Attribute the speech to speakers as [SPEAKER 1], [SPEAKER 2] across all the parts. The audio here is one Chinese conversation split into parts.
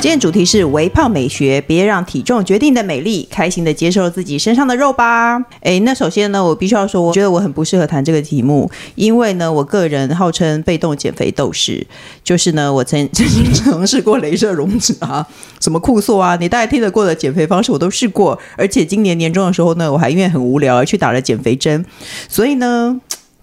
[SPEAKER 1] 今天主题是微胖美学，别让体重决定你的美丽，开心的接受自己身上的肉吧。诶，那首先呢，我必须要说，我觉得我很不适合谈这个题目，因为呢，我个人号称被动减肥斗士，就是呢，我曾 曾经尝试过镭射溶脂啊，什么酷塑啊，你大概听得过的减肥方式我都试过，而且今年年终的时候呢，我还因为很无聊而去打了减肥针，所以呢。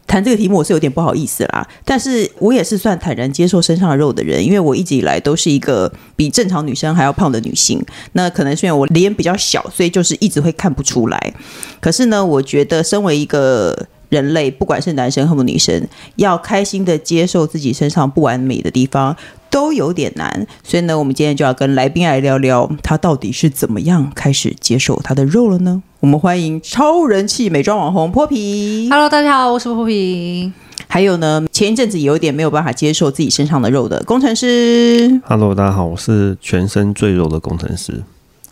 [SPEAKER 1] 谈这个题目我是有点不好意思啦，但是我也是算坦然接受身上的肉的人，因为我一直以来都是一个比正常女生还要胖的女性。那可能是因为我脸比较小，所以就是一直会看不出来。可是呢，我觉得身为一个人类，不管是男生或者女生，要开心的接受自己身上不完美的地方，都有点难。所以呢，我们今天就要跟来宾来聊聊，他到底是怎么样开始接受他的肉了呢？我们欢迎超人气美妆网红泼皮。
[SPEAKER 2] Hello，大家好，我是破皮。
[SPEAKER 1] 还有呢，前一阵子有一点没有办法接受自己身上的肉的工程师，
[SPEAKER 3] Hello，大家好，我是全身最柔的工程师。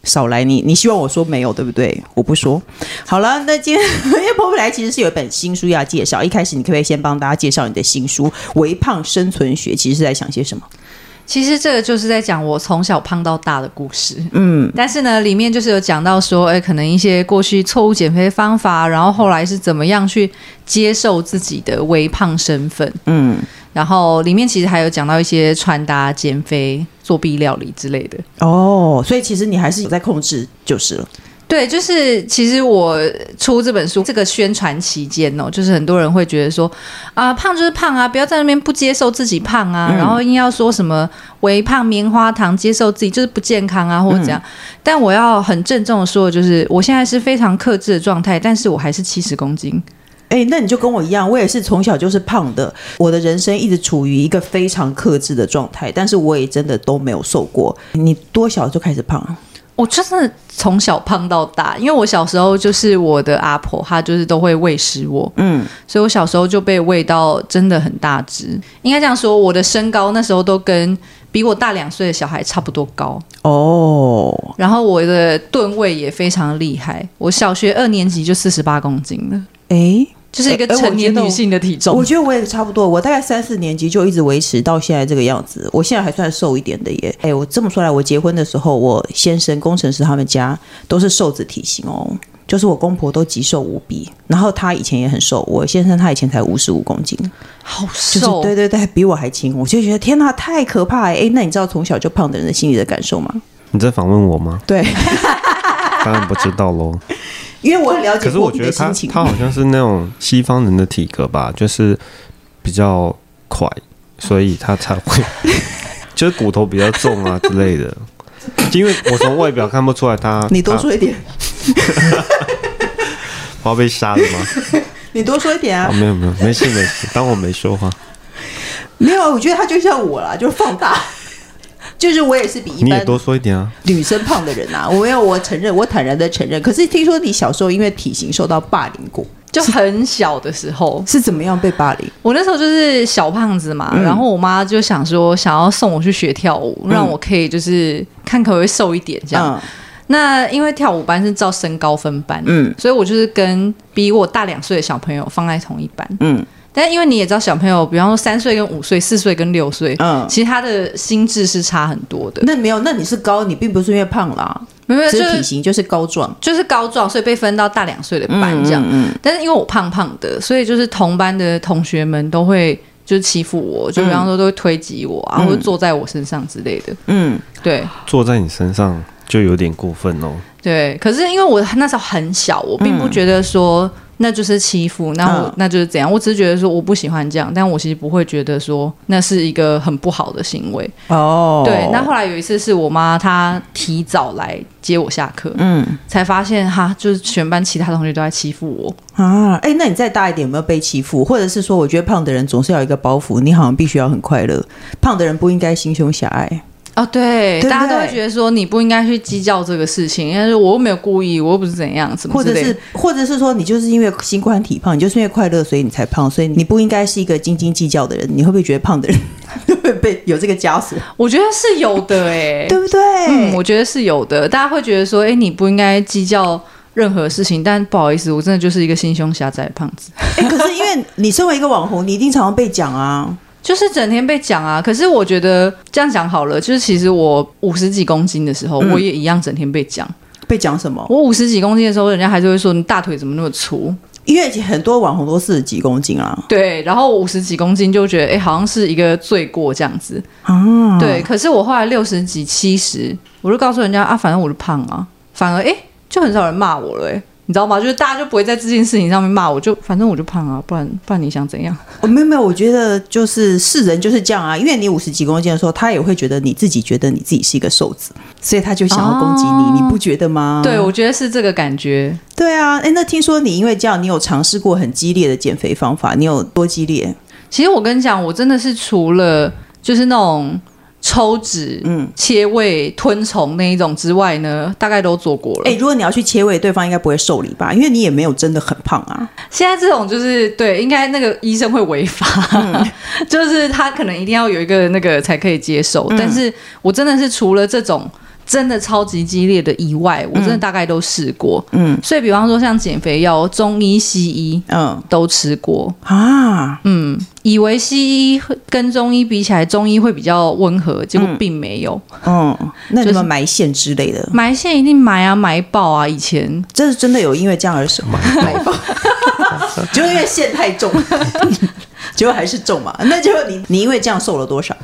[SPEAKER 1] 少来你，你希望我说没有对不对？我不说。好了，那今天 因为波普来其实是有一本新书要介绍，一开始你可不可以先帮大家介绍你的新书《微胖生存学》，其实是在想些什么？
[SPEAKER 2] 其实这个就是在讲我从小胖到大的故事，嗯，但是呢，里面就是有讲到说，哎，可能一些过去错误减肥方法，然后后来是怎么样去接受自己的微胖身份，
[SPEAKER 1] 嗯，
[SPEAKER 2] 然后里面其实还有讲到一些穿搭、减肥、作弊料理之类的。
[SPEAKER 1] 哦，所以其实你还是有在控制就是了。
[SPEAKER 2] 对，就是其实我出这本书这个宣传期间哦，就是很多人会觉得说啊、胖就是胖啊，不要在那边不接受自己胖啊，然后硬要说什么微胖、棉花糖，接受自己就是不健康啊，或者怎样。但我要很郑重的说，就是我现在是非常克制的状态，但是我还是七十公斤。
[SPEAKER 1] 哎，那你就跟我一样，我也是从小就是胖的，我的人生一直处于一个非常克制的状态，但是我也真的都没有瘦过。你多小就开始胖啊？
[SPEAKER 2] 我就是从小胖到大，因为我小时候就是我的阿婆，她就是都会喂食我，
[SPEAKER 1] 嗯，
[SPEAKER 2] 所以我小时候就被喂到真的很大只。应该这样说，我的身高那时候都跟比我大两岁的小孩差不多高，
[SPEAKER 1] 哦，
[SPEAKER 2] 然后我的吨位也非常厉害。我小学二年级就四十八公斤了，
[SPEAKER 1] 哎，
[SPEAKER 2] 就是一个
[SPEAKER 1] 哎哎我
[SPEAKER 2] 成年
[SPEAKER 1] 觉得
[SPEAKER 2] 女性的体重。
[SPEAKER 1] 我觉得我也差不多，我大概三四年级就一直维持到现在这个样子，我现在还算瘦一点的耶。哎，我这么说来，我结婚的时候，我先生工程师他们家都是瘦子体型哦。就是我公婆都极瘦无比，然后他以前也很瘦，我先生他以前才五十五公斤，
[SPEAKER 2] 好
[SPEAKER 1] 就是
[SPEAKER 2] 瘦，哦
[SPEAKER 1] 对对对，比我还轻，我就觉得天呐，太可怕哎！哎那你知道从小就胖的人的心理的感受吗？
[SPEAKER 3] 你在访问 我吗？
[SPEAKER 1] 对，
[SPEAKER 3] 当然不知道喽。
[SPEAKER 1] 因为我很了解
[SPEAKER 3] 可是我
[SPEAKER 1] 过你
[SPEAKER 3] 觉得
[SPEAKER 1] 的心
[SPEAKER 3] 他
[SPEAKER 1] 情，
[SPEAKER 3] 他好像是那种西方人的体格吧，就是比较快，所以他才 会就是骨头比较重啊之类的。因为我从外表看不出来他，
[SPEAKER 1] 你多
[SPEAKER 3] 他
[SPEAKER 1] 说一点，
[SPEAKER 3] 我要被杀了 吗？
[SPEAKER 1] 你多说一点
[SPEAKER 3] 啊，
[SPEAKER 1] 啊！
[SPEAKER 3] 没有没有，没事没事，当我没说话。
[SPEAKER 1] 没有，我觉得他就像我啦，就是放大， 就是我也是比一
[SPEAKER 3] 你也
[SPEAKER 1] 般
[SPEAKER 3] 多说一点啊。
[SPEAKER 1] 女生胖的人啊，我没有，我承认，我坦然的承认。可是听说你小时候因为体型受到霸凌过，
[SPEAKER 2] 就很小的时候，
[SPEAKER 1] 是怎么样被霸凌？
[SPEAKER 2] 我那时候就是小胖子嘛，
[SPEAKER 1] 嗯
[SPEAKER 2] 然后我妈就想说想要送我去学跳舞，让我可以就是看可不可以瘦一点这样。
[SPEAKER 1] 嗯
[SPEAKER 2] 那因为跳舞班是照身高分班，
[SPEAKER 1] 嗯
[SPEAKER 2] 所以我就是跟比我大两岁的小朋友放在同一班。
[SPEAKER 1] 嗯
[SPEAKER 2] 但因为你也知道，小朋友，比方说三岁跟五岁、四岁跟六岁，
[SPEAKER 1] 嗯，
[SPEAKER 2] 其实他的心智是差很多的。
[SPEAKER 1] 那没有，那你是高，你并不是因为胖啦，
[SPEAKER 2] 没有没有，
[SPEAKER 1] 只
[SPEAKER 2] 就是
[SPEAKER 1] 体
[SPEAKER 2] 是
[SPEAKER 1] 型就是高壮，
[SPEAKER 2] 就是高壮，所以被分到大两岁的班
[SPEAKER 1] 嗯
[SPEAKER 2] 这样。
[SPEAKER 1] 嗯
[SPEAKER 2] 但是因为我胖胖的，所以就是同班的同学们都会就是欺负我，就比方说都会推挤我啊，
[SPEAKER 1] 嗯
[SPEAKER 2] 或者坐在我身上之类的。
[SPEAKER 1] 嗯，
[SPEAKER 2] 对
[SPEAKER 3] 坐在你身上就有点过分哦。
[SPEAKER 2] 对，可是因为我那时候很小，我并不觉得说那就是欺负，那我、
[SPEAKER 1] 嗯
[SPEAKER 2] 那就是怎样，我只是觉得说我不喜欢这样，但我其实不会觉得说那是一个很不好的行为。
[SPEAKER 1] 哦，
[SPEAKER 2] 对，那后来有一次是我妈她提早来接我下课，
[SPEAKER 1] 嗯
[SPEAKER 2] 才发现哈，就是全班其他同学都在欺负我。
[SPEAKER 1] 啊，哎，那你再大一点有没有被欺负？或者是说，我觉得胖的人总是要有一个包袱，你好像必须要很快乐，胖的人不应该心胸狭隘，
[SPEAKER 2] 哦，对，
[SPEAKER 1] 对不对
[SPEAKER 2] 大家都会觉得说你不应该去计较这个事情，因为我又没有故意，我又不是怎样，怎么
[SPEAKER 1] 或者是或者是说，你就是因为心宽体胖，你就是因为快乐，所以你才胖，所以你不应该是一个斤斤计较的 人。你会不会觉得胖的人会被有这个枷锁，
[SPEAKER 2] 我觉得是有的哎、
[SPEAKER 1] 对不对？
[SPEAKER 2] 嗯
[SPEAKER 1] 对
[SPEAKER 2] 我觉得是有的。大家会觉得说，哎，你不应该计较任何事情，但不好意思，我真的就是一个心胸狭窄的胖子，
[SPEAKER 1] 哎、可是因为你身为一个网红，你一定常常被讲啊。
[SPEAKER 2] 就是整天被讲啊。可是我觉得这样讲好了，就是其实我五十几公斤的时候，
[SPEAKER 1] 嗯
[SPEAKER 2] 我也一样整天被讲。
[SPEAKER 1] 被讲什么？
[SPEAKER 2] 我五十几公斤的时候，人家还是会说你大腿怎么那么粗？
[SPEAKER 1] 因为很多网红都四十几公斤啊，
[SPEAKER 2] 对，然后五十几公斤就觉得，哎、好像是一个罪过这样子。
[SPEAKER 1] 啊，
[SPEAKER 2] 对，，可是我后来六十几、七十，我就告诉人家啊，反正我是胖啊，反而哎、诶就很少人骂我了、诶你知道吗？就是大家就不会在这件事情上面骂我，就反正我就胖啊，不然不然你想怎样？
[SPEAKER 1] 哦、没有没有，我觉得就是是人就是这样啊，因为你五十几公斤的时候，他也会觉得你自己觉得你自己是一个瘦子，所以他就想要攻击你，
[SPEAKER 2] 哦
[SPEAKER 1] 你不觉得吗？
[SPEAKER 2] 对，我觉得是这个感觉。
[SPEAKER 1] 对啊，哎，那听说你因为这样，你有尝试过很激烈的减肥方法，你有多激烈？
[SPEAKER 2] 其实我跟你讲，我真的是除了就是那种抽脂、
[SPEAKER 1] 嗯，
[SPEAKER 2] 切胃、吞虫那一种之外呢，大概都做过了。
[SPEAKER 1] 哎，如果你要去切胃，对方应该不会受理吧？因为你也没有真的很胖啊。
[SPEAKER 2] 现在这种就是对，应该那个医生会违法， 就是他可能一定要有一个那个才可以接受。但是我真的是除了这种真的超级激烈的以外，我真的大概都试过。
[SPEAKER 1] 嗯
[SPEAKER 2] 所以，比方说像减肥药，中医、西医
[SPEAKER 1] 嗯
[SPEAKER 2] 都吃过。
[SPEAKER 1] 啊，
[SPEAKER 2] 嗯，以为西医跟中医比起来，中医会比较温和，结果并没有。
[SPEAKER 1] 嗯，那你
[SPEAKER 2] 就
[SPEAKER 1] 们
[SPEAKER 2] 是
[SPEAKER 1] 埋线之类的，
[SPEAKER 2] 埋线一定埋啊，埋爆啊！以前
[SPEAKER 1] 这是真的有因为这样而什 么？买爆就因为线太重，结果还是重嘛。那就你你因为这样瘦了多少？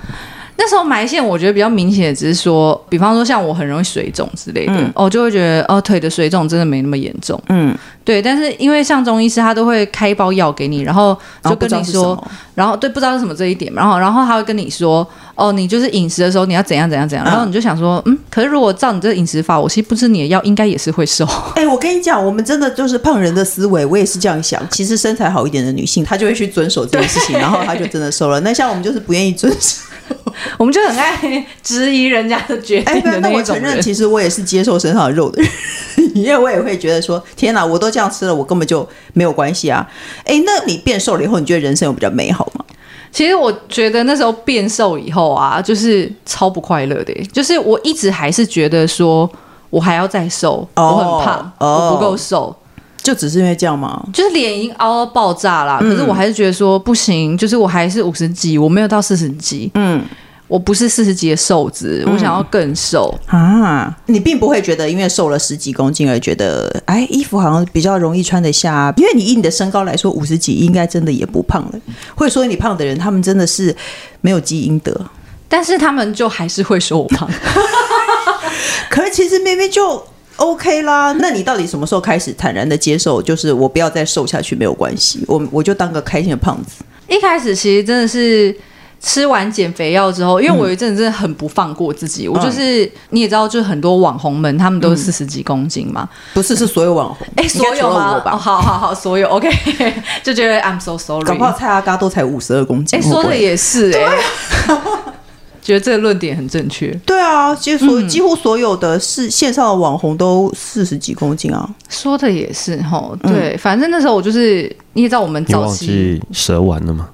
[SPEAKER 2] 那时候埋线，我觉得比较明显，只是说，比方说像我很容易水肿之类的，
[SPEAKER 1] 嗯
[SPEAKER 2] 哦，就会觉得哦，腿的水肿真的没那么严重。
[SPEAKER 1] 嗯，
[SPEAKER 2] 对，但是因为像中医师，他都会开一包药给你，然后
[SPEAKER 1] 然
[SPEAKER 2] 就
[SPEAKER 1] 后不
[SPEAKER 2] 跟
[SPEAKER 1] 知道
[SPEAKER 2] 你
[SPEAKER 1] 是什
[SPEAKER 2] 说，
[SPEAKER 1] 么，
[SPEAKER 2] 然后对，不知道是什么这一点，然后然后他会跟你说，哦，你就是饮食的时候你要怎样怎样怎样，
[SPEAKER 1] 嗯
[SPEAKER 2] 然后你就想说，嗯，可是如果照你这个饮食法，我其实不吃你的药，应该也是会瘦。
[SPEAKER 1] 哎、我跟你讲，我们真的就是胖人的思维，我也是这样想。其实身材好一点的女性，她就会去遵守这件事情，然后她就真的瘦了。那像我们就是不愿意遵守。
[SPEAKER 2] 我们就很爱 质疑人家的决
[SPEAKER 1] 哎、
[SPEAKER 2] 定
[SPEAKER 1] 不
[SPEAKER 2] 的
[SPEAKER 1] 然那我
[SPEAKER 2] 一种
[SPEAKER 1] 承
[SPEAKER 2] 人。
[SPEAKER 1] 认，其实我也是接受身上的肉的人， 因为我也会觉得说，天哪，我都这样吃了，我根本就没有关系啊。哎、那你变瘦了以后，你觉得人生有比较美好吗？
[SPEAKER 2] 其实我觉得那时候变瘦以后啊，就是超不快乐的耶，就是我一直还是觉得说。我还要再瘦
[SPEAKER 1] 哦
[SPEAKER 2] 我很胖
[SPEAKER 1] 哦
[SPEAKER 2] 我不够瘦，就
[SPEAKER 1] 只是因为这样吗？
[SPEAKER 2] 就是脸已经凹到爆炸啦。
[SPEAKER 1] 嗯
[SPEAKER 2] 可是我还是觉得说不行，就是我还是五十几，我没有到四十几，
[SPEAKER 1] 嗯
[SPEAKER 2] 我不是四十几的瘦子，我想要更瘦。
[SPEAKER 1] 啊，你并不会觉得因为瘦了十几公斤而觉得，哎，衣服好像比较容易穿得下、啊因为你以你的身高来说，五十几应该真的也不胖了。会说你胖的人，他们真的是没有基因的。
[SPEAKER 2] 但是他们就还是会说我胖。
[SPEAKER 1] 可是其实明明就 OK 啦，那你到底什么时候开始坦然的接受，就是我不要再瘦下去没有关系，我我就当个开心的胖子。
[SPEAKER 2] 一开始其实真的是吃完减肥药之后，因为我有一阵子真的很不放过自己，我就是你也知道，就是很多网红们他们都是四十几公斤嘛，
[SPEAKER 1] 不是，是所有网红，
[SPEAKER 2] 哎、
[SPEAKER 1] 应
[SPEAKER 2] 所
[SPEAKER 1] 该除
[SPEAKER 2] 有
[SPEAKER 1] 了
[SPEAKER 2] 吗
[SPEAKER 1] 我？
[SPEAKER 2] 哦，
[SPEAKER 1] 吧？
[SPEAKER 2] 好好好，所有 OK，就 觉得 I'm so
[SPEAKER 1] 搞
[SPEAKER 2] sorry
[SPEAKER 1] 不。好蔡阿嘎都才五十二公斤。
[SPEAKER 2] 哎、
[SPEAKER 1] 会不
[SPEAKER 2] 说的
[SPEAKER 1] 会
[SPEAKER 2] 也是哎、 觉得这个论点很正确。
[SPEAKER 1] 对啊，其实
[SPEAKER 2] 嗯
[SPEAKER 1] 所、几乎所有的是线上的网红都四十几公斤啊。
[SPEAKER 2] 说的也是吼，对，反正那时候我就是，你也知道我们
[SPEAKER 3] 你
[SPEAKER 2] 早
[SPEAKER 3] 忘
[SPEAKER 2] 期，
[SPEAKER 3] 记蛇丸了吗？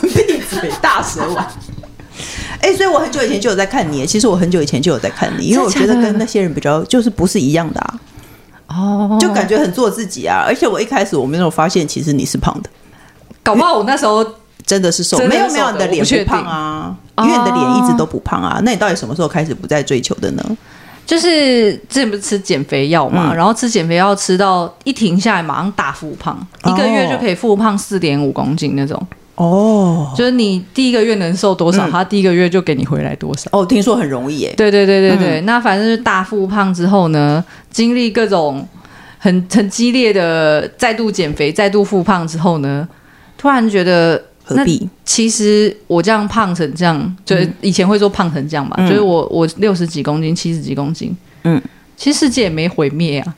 [SPEAKER 1] 闭嘴，大蛇丸。 哎、所以我很久以前就有在看你。其实我很久以前就有在看你，因为我觉得
[SPEAKER 2] 真的假的
[SPEAKER 1] 跟那些人比较，就是不是一样的啊，
[SPEAKER 2] 哦，
[SPEAKER 1] 就感觉很做自己啊。而且我一开始我没有发现，其实你是胖的，
[SPEAKER 2] 搞不好我那时候
[SPEAKER 1] 真的是瘦，
[SPEAKER 2] 真的
[SPEAKER 1] 没
[SPEAKER 2] 是
[SPEAKER 1] 有没有，
[SPEAKER 2] 瘦的
[SPEAKER 1] 你的
[SPEAKER 2] 我不确
[SPEAKER 1] 脸
[SPEAKER 2] 定
[SPEAKER 1] 胖啊，因为你的脸一直都不胖啊。那你到底什么时候开始不再追求的呢？
[SPEAKER 2] 就是之前不是吃减肥药嘛，
[SPEAKER 1] 嗯
[SPEAKER 2] 然后吃减肥药吃到一停下来马上大复胖，
[SPEAKER 1] 哦
[SPEAKER 2] 一个月就可以复胖四点五公斤那种，
[SPEAKER 1] 哦
[SPEAKER 2] 就是你第一个月能瘦多少，
[SPEAKER 1] 嗯
[SPEAKER 2] 他第一个月就给你回来多少。
[SPEAKER 1] 哦，听说很容易耶、
[SPEAKER 2] 对对对对对，那反正就是大复胖之后呢，经历各种很很激烈的再度减肥、再度复胖之后呢，突然觉得
[SPEAKER 1] 何必？
[SPEAKER 2] 其实我这样胖成这样，就是以前会说胖成这样嘛，
[SPEAKER 1] 嗯
[SPEAKER 2] 就是我我六十几公斤、七十几公斤，
[SPEAKER 1] 嗯，
[SPEAKER 2] 其实世界也没毁灭啊。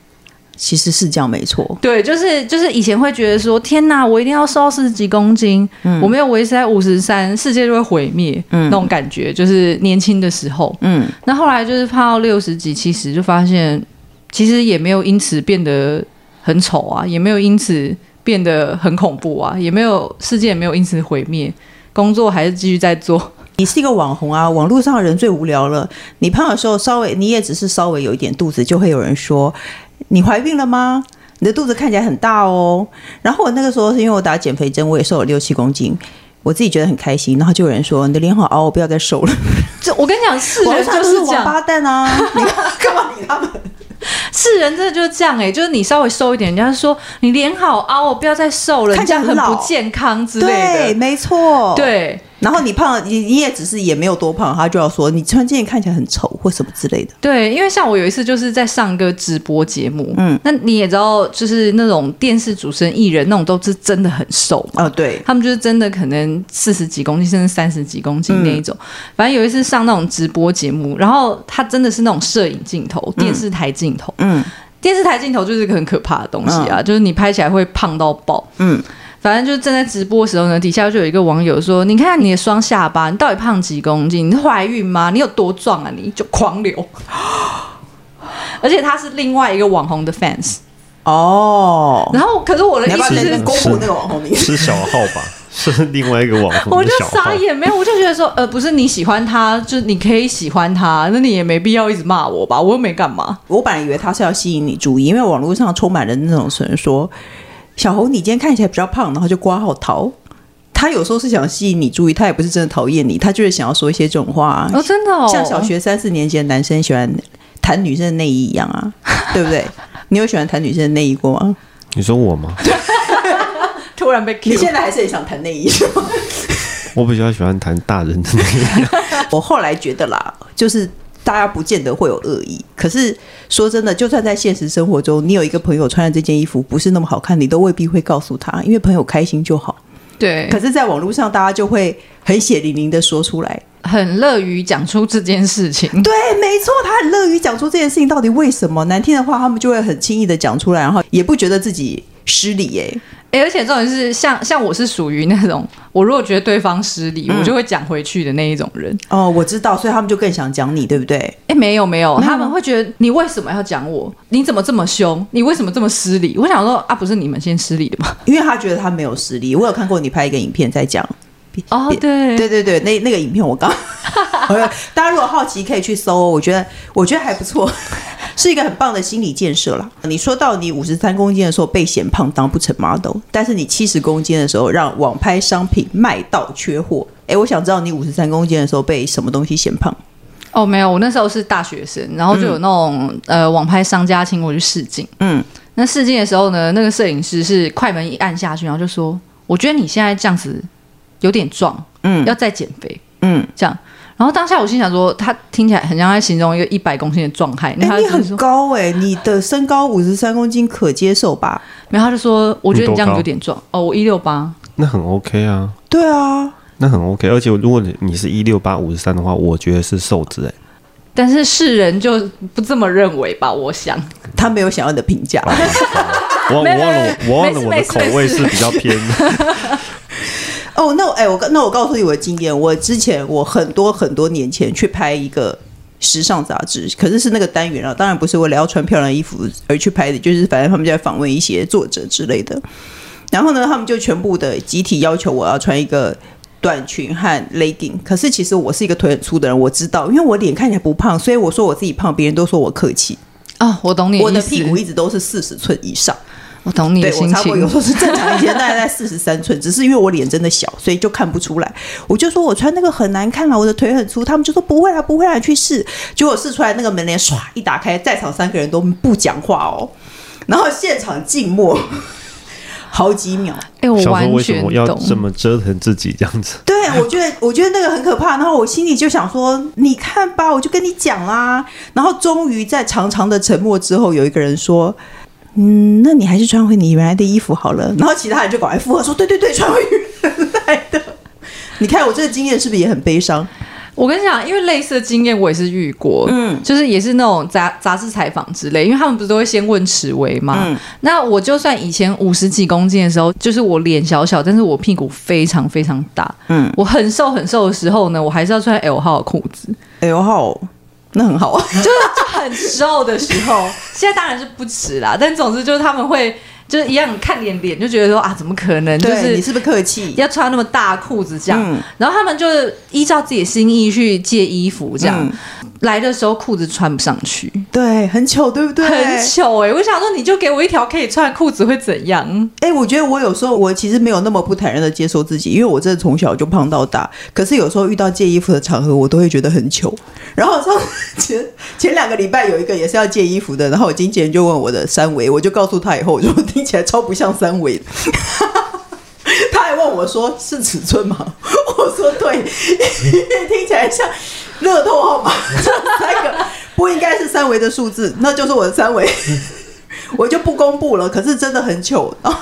[SPEAKER 1] 其实是这样没错。
[SPEAKER 2] 对，就是就是以前会觉得说，天哪，我一定要瘦到四十几公斤，我没有维持在五十三，世界就会毁灭，
[SPEAKER 1] 嗯
[SPEAKER 2] 那种感觉，就是年轻的时候。
[SPEAKER 1] 嗯，
[SPEAKER 2] 那后来就是胖到六十几、七十，就发现其实也没有因此变得很丑啊，也没有因此变得很恐怖啊，也没有世界也没有因此毁灭，工作还是继续在做。
[SPEAKER 1] 你是一个网红啊，网络上的人最无聊了。你胖的时候稍微，你也只是稍微有一点肚子，就会有人说你怀孕了吗？你的肚子看起来很大哦。然后我那个时候是因为我打减肥针，我也瘦了六七公斤，我自己觉得很开心。然后就有人说你的脸好凹，不要再瘦 了。
[SPEAKER 2] 这我跟你讲，世
[SPEAKER 1] 网
[SPEAKER 2] 人
[SPEAKER 1] 络上
[SPEAKER 2] 就
[SPEAKER 1] 都
[SPEAKER 2] 是这
[SPEAKER 1] 王
[SPEAKER 2] 样，
[SPEAKER 1] 八蛋啊！ 你干嘛理他们？
[SPEAKER 2] 世人真的就是这样哎、就是你稍微瘦一点，人家就说你脸好凹哦，不要再瘦了，
[SPEAKER 1] 看起来
[SPEAKER 2] 你这样
[SPEAKER 1] 很
[SPEAKER 2] 很
[SPEAKER 1] 老
[SPEAKER 2] 不健康之类
[SPEAKER 1] 对，
[SPEAKER 2] 的。
[SPEAKER 1] 没错，。
[SPEAKER 2] 对，
[SPEAKER 1] 然后你胖了，你你也只是也没有多胖，他就要说你穿这件看起来很丑或什么之类的。
[SPEAKER 2] 对，因为像我有一次就是在上一个直播节目，
[SPEAKER 1] 嗯
[SPEAKER 2] 嗯，那你也知道，就是那种电视主持人、艺人那种都是真的很瘦嘛，
[SPEAKER 1] 哦，对，
[SPEAKER 2] 他们就是真的可能四十几公斤，甚至三十几公斤那一种。
[SPEAKER 1] 嗯
[SPEAKER 2] 反正有一次上那种直播节目，然后他真的是那种摄影镜头、电视台镜头，
[SPEAKER 1] 嗯
[SPEAKER 2] 电视台镜头就是一个很可怕的东西啊，就是你拍起来会胖到爆。
[SPEAKER 1] 嗯，
[SPEAKER 2] 反正就是正在直播的时候呢，底下就有一个网友说：“你看你的双下巴，你到底胖几公斤？你是怀孕吗？你有多壮啊？你就 狂流。”而且他是另外一个网红的 fans，
[SPEAKER 1] 哦，
[SPEAKER 2] 然后可是我的
[SPEAKER 1] 你要
[SPEAKER 2] 意
[SPEAKER 1] 不要
[SPEAKER 2] 思
[SPEAKER 1] 那个，
[SPEAKER 2] 是
[SPEAKER 1] 公布那个网红名？
[SPEAKER 3] 是小号吧？ 是另外一个网红
[SPEAKER 2] 我
[SPEAKER 3] 的
[SPEAKER 2] 就
[SPEAKER 3] 小号
[SPEAKER 2] 傻。眼，没有，我就觉得说，呃，不是你喜欢他，就是你可以喜欢他，那你也没必要一直骂我吧，我又没干嘛。
[SPEAKER 1] 我本来以为他是要吸引你注意，因为网络上充满了那种人说：“小红，你今天看起来比较胖。”然后就挂号逃。他有时候是想吸引你注意，他也不是真的讨厌你，他就是想要说一些这种话啊、
[SPEAKER 2] 哦，真的哦，
[SPEAKER 1] 像小学三四年级的男生喜欢弹女生的内衣一样啊，对不对？你有喜欢弹女生的内衣过吗？
[SPEAKER 3] 你说我吗？
[SPEAKER 2] 突然被
[SPEAKER 1] 你
[SPEAKER 2] Q，
[SPEAKER 1] 现在还是很想谈内衣是吗？
[SPEAKER 3] 我比较喜欢谈大人的那个。
[SPEAKER 1] 我后来觉得啦，就是大家不见得会有恶意，可是说真的，就算在现实生活中，你有一个朋友穿的这件衣服不是那么好看，你都未必会告诉他，因为朋友开心就好。
[SPEAKER 2] 对
[SPEAKER 1] 可，是，在网络上，大家就会很血淋淋的说出来。嗯
[SPEAKER 2] 很乐于讲出这件事情。
[SPEAKER 1] 对，没错，他很乐于讲出这件事情到底为什么难听的话，他们就会很轻易的讲出来，然后也不觉得自己失礼、耶。
[SPEAKER 2] 哎、而且重点是，像像我是属于那种，我如果觉得对方失礼，我就会讲回去的那一种人。
[SPEAKER 1] 哦，我知道，所以他们就更想讲你，对不对？
[SPEAKER 2] 哎、没有没有，
[SPEAKER 1] 没有
[SPEAKER 2] 他们会觉得你为什么要讲我？你怎么这么凶？你为什么这么失礼？我想说啊，不是你们先失礼的吗？
[SPEAKER 1] 因为他觉得他没有实力。我有看过你拍一个影片在讲，
[SPEAKER 2] 哦， 对
[SPEAKER 1] 对对对，那那个影片我刚，大家如果好奇可以去搜哦，我觉得我觉得还不错， 是一个很棒的心理建设啦。你说到你五十三公斤的时候被嫌胖当不成 model，但是你七十公斤的时候让网拍商品卖到缺货。哎，我想知道你五十三公斤的时候被什么东西嫌胖？
[SPEAKER 2] 哦，没有，我那时候是大学生，然后就有那种、呃网拍商家请我去试镜。
[SPEAKER 1] 嗯，
[SPEAKER 2] 那试镜的时候呢，那个摄影师是快门一按下去，然后就说：“我觉得你现在这样子有点壮，
[SPEAKER 1] 嗯
[SPEAKER 2] 要再减肥。”
[SPEAKER 1] 嗯，
[SPEAKER 2] 这样。然后当下我心想说，他听起来很像在形容一个一百公斤的壮汉，那
[SPEAKER 1] 哎，
[SPEAKER 2] 嗯他
[SPEAKER 1] 你
[SPEAKER 2] 就只是
[SPEAKER 1] 很
[SPEAKER 2] 说，
[SPEAKER 1] 高哎、你的身高五十三公斤可接受吧？
[SPEAKER 2] 然后他就说，我觉得
[SPEAKER 3] 你多
[SPEAKER 2] 你这样
[SPEAKER 3] 高
[SPEAKER 2] 有点壮哦，我一六八，
[SPEAKER 3] 那很 OK 啊，
[SPEAKER 1] 对啊，
[SPEAKER 3] 那很 OK。而且如果你你是一六八五十三的话，我觉得是瘦子哎、
[SPEAKER 2] 但是世人就不这么认为吧？我想，
[SPEAKER 1] 他没有想要你的评价。
[SPEAKER 3] 我我忘了我忘
[SPEAKER 2] 没
[SPEAKER 3] 了
[SPEAKER 2] 事
[SPEAKER 3] 我的
[SPEAKER 2] 没事
[SPEAKER 3] 口味是比较偏，
[SPEAKER 1] 哦，那我哎、我告那我告诉你我的经验，我之前我很多很多年前去拍一个时尚杂志，可是是那个单元啊，当然不是为了要穿漂亮衣服而去拍的，就是反正他们就在访问一些作者之类的。然后呢，他们就全部的集体要求我要穿一个短裙和 legging。可是其实我是一个腿很粗的人，我知道，因为我脸看起来不胖，所以我说我自己胖，别人都说我客气。
[SPEAKER 2] 哦，我懂你
[SPEAKER 1] 我的
[SPEAKER 2] 意思
[SPEAKER 1] 屁股一直都是四十寸以上。
[SPEAKER 2] 我懂你的
[SPEAKER 1] 对我
[SPEAKER 2] 心
[SPEAKER 1] 差不多有
[SPEAKER 2] 情
[SPEAKER 1] 时。候是正常，以前大概在四十三寸，只是因为我脸真的小，所以就看不出来。我就说我穿那个很难看了，啊我的腿很粗，他们就说不会啊啦，不会啦，你去试。结果试出来那个门帘唰一打开，在场三个人都不讲话哦，然后现场静默 好几秒。
[SPEAKER 2] 哎、我
[SPEAKER 3] 想说
[SPEAKER 2] 完
[SPEAKER 3] 为什
[SPEAKER 2] 全
[SPEAKER 3] 么要
[SPEAKER 2] 懂。
[SPEAKER 3] 这么折腾自己这样子？
[SPEAKER 1] 对，我觉得我觉得那个很可怕，然后我心里就想说，你看吧，我就跟你讲啦。然后终于在长长的沉默之后，有一个人说。嗯，那你还是穿回你原来的衣服好了。然后其他人就赶快附和说：“对对对，穿回原来的。” 你看我这个经验是不是也很悲伤？
[SPEAKER 2] 我跟你讲，因为类似的经验我也是遇过，
[SPEAKER 1] 嗯
[SPEAKER 2] 嗯，就是也是那种杂杂志采访之类，因为他们不是都会先问尺围嘛。
[SPEAKER 1] 嗯
[SPEAKER 2] 那我就算以前五十几公斤的时候，就是我脸小小，但是我屁股非常非常大，
[SPEAKER 1] 嗯
[SPEAKER 2] 嗯，我很瘦很瘦的时候呢，我还是要穿 L 号的裤子，
[SPEAKER 1] 哎呦好，那很好啊。
[SPEAKER 2] 就是就很瘦的时候。现在当然是不吃啦，但总之就是他们会。就是一样看脸脸就觉得说啊，怎么可能？就
[SPEAKER 1] 哎对你
[SPEAKER 2] 是
[SPEAKER 1] 是不是客气？
[SPEAKER 2] 要穿那么大裤子这样。
[SPEAKER 1] 嗯
[SPEAKER 2] 然后他们就是依照自己的心意去借衣服，这样、
[SPEAKER 1] 嗯
[SPEAKER 2] 来的时候裤子穿不上去，
[SPEAKER 1] 对，很糗，对不对？
[SPEAKER 2] 很糗哎、我想说，你就给我一条可以穿的裤子会怎样？
[SPEAKER 1] 哎、我觉得我有时候我其实没有那么不坦然的接受自己，因为我真的从小就胖到大。可是有时候遇到借衣服的场合，我都会觉得很糗。然后上 前前两个礼拜有一个也是要借衣服的，然后我经纪人就问我的三围，我就告诉他以后，我就听起来超不像三围的。 他还问我说：“是尺寸吗？” 我说：“对， 因为听起来像乐透号码， 这三个不应该是三维的数字，那就是我的三维。” 我就不公布了，可是真的很糗。 然后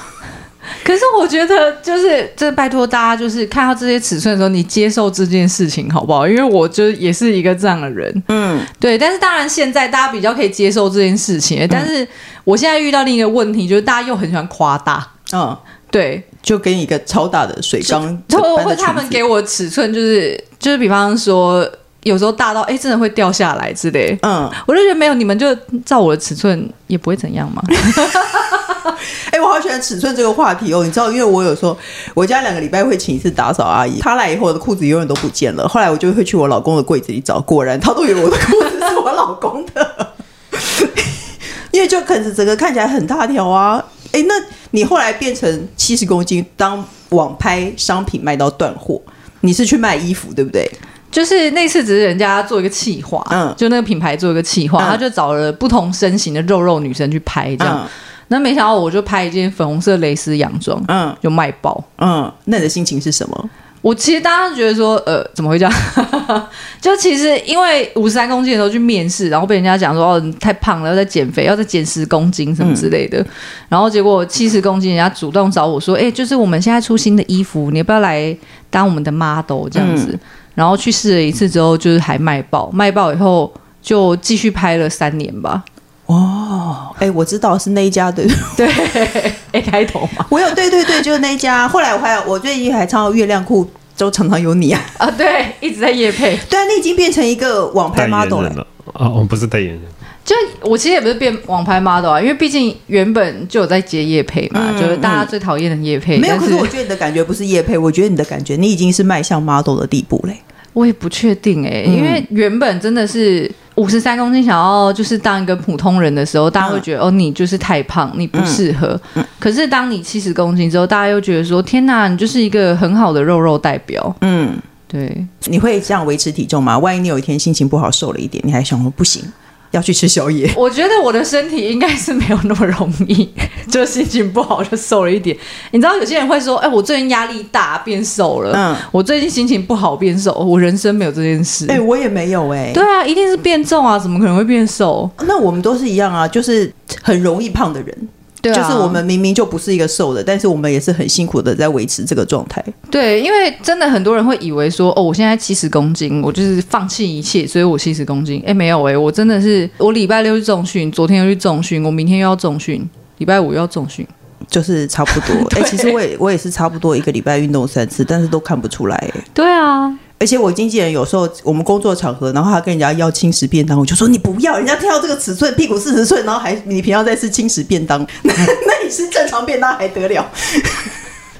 [SPEAKER 2] 可是我觉得，就是真的拜托大家，就是看到这些尺寸的时候，你接受这件事情好不好？因为我就是也是一个这样的人，
[SPEAKER 1] 嗯，
[SPEAKER 2] 对。但是当然，现在大家比较可以接受这件事情，欸但是我现在遇到另一个问题，就是大家又很喜欢夸大，
[SPEAKER 1] 嗯，
[SPEAKER 2] 对，
[SPEAKER 1] 就给你一个超大的水缸般的
[SPEAKER 2] 嗯就
[SPEAKER 1] 裙子，
[SPEAKER 2] 会他们给我尺寸，就是就是，比方说有时候大到哎、真的会掉下来之类。
[SPEAKER 1] 嗯，
[SPEAKER 2] 我就觉得没有，你们就照我的尺寸也不会怎样嘛。
[SPEAKER 1] 哎、我好喜欢尺寸这个话题哦。你知道，因为我有时候我家两个礼拜会请一次打扫阿姨，她来以后我的裤子永远都不见了。后来我就会去我老公的柜子里找，果然他都以为我的裤子是我老公的， 因为就可能整个看起来很大条啊。哎、那你后来变成七十公斤，当网拍商品卖到断货，你是去卖衣服对不对？
[SPEAKER 2] 就是那次只是人家做一个企划，
[SPEAKER 1] 嗯
[SPEAKER 2] 就那个品牌做一个企划，
[SPEAKER 1] 嗯
[SPEAKER 2] 他就找了不同身形的肉肉女生去拍这样。那没想到我就拍一件粉红色蕾丝洋装，
[SPEAKER 1] 嗯
[SPEAKER 2] 就卖爆。
[SPEAKER 1] 嗯，那你的心情是什么？
[SPEAKER 2] 我其实当时觉得说，呃，怎么会这样？ 就其实因为五十三公斤的时候去面试，然后被人家讲说哦你太胖了，要再减肥，要再减十公斤什么之类的。然后结果七十公斤，人家主动找我说，哎、就是我们现在出新的衣服，你要不要来当我们的 model 这样子？然后去试了一次之后，就是还卖爆，卖爆以后就继续拍了三年吧。
[SPEAKER 1] 哎、我知道是那一家的，
[SPEAKER 2] 对，A 开头嘛。
[SPEAKER 1] 我有，对对对，就是那一家。后来我还有，我最近还唱到月亮裤，都常常有你啊。
[SPEAKER 2] 啊，对，一直在夜配。
[SPEAKER 1] 对啊，你已经变成一个网
[SPEAKER 3] 代
[SPEAKER 1] 拍
[SPEAKER 3] 言
[SPEAKER 1] model
[SPEAKER 3] 人
[SPEAKER 1] 了。
[SPEAKER 3] 了啊，我不是代言人，
[SPEAKER 2] 就我其实也不是变网拍 model 啊，因为毕竟原本就有在接业配嘛，
[SPEAKER 1] 嗯
[SPEAKER 2] 就是大家最讨厌的业配。
[SPEAKER 1] 没有，
[SPEAKER 2] 但
[SPEAKER 1] 可
[SPEAKER 2] 是
[SPEAKER 1] 是我觉得你的感觉不是叶配，我觉得你的感觉，你已经是迈向 model 的地步嘞。
[SPEAKER 2] 我也不确定哎、
[SPEAKER 1] 嗯
[SPEAKER 2] 因为原本真的是五十三公斤，想要就是当一个普通人的时候，大家会觉得、哦，你就是太胖，你不适合。
[SPEAKER 1] 嗯
[SPEAKER 2] 可是当你七十公斤之后，大家又觉得说天哪，你就是一个很好的肉肉代表。
[SPEAKER 1] 嗯，
[SPEAKER 2] 对，
[SPEAKER 1] 你会这样维持体重吗？万一你有一天心情不好瘦了一点，你还想说不行，要去吃宵 夜。
[SPEAKER 2] 我觉得我的身体应该是没有那么容易， 就心情不好就瘦了一点。你知道有些人会说，哎、我最近压力大变瘦了。
[SPEAKER 1] 嗯，
[SPEAKER 2] 我最近心情不好变瘦，哦我人生没有这件事。
[SPEAKER 1] 哎、我也没有哎、
[SPEAKER 2] 对啊，一定是变重啊，怎么可能会变瘦？
[SPEAKER 1] 那我们都是一样啊，就是很容易胖的人，
[SPEAKER 2] 对啊
[SPEAKER 1] 就是我们明明就不是一个瘦的，但是我们也是很辛苦的在维持这个状态。
[SPEAKER 2] 对，因为真的很多人会以为说，哦，我现在七十公斤，我就是放弃一切，所以我七十公斤。哎，没有哎、我真的是，我礼拜六去重训，昨天又去重训，我明天又要重训，礼拜五又要重训。
[SPEAKER 1] 就是差不 多。哎、其实我也我也是差不多一个礼拜运动三次，但是都看不出来、哎
[SPEAKER 2] 对啊，
[SPEAKER 1] 而且我经纪人有时候我们工作场合，然后他跟人家要轻食便当，我就说你不要，人家跳这个尺寸，屁股四十寸，然后还你平常在吃轻食便当， 那那你吃正常便当还得了？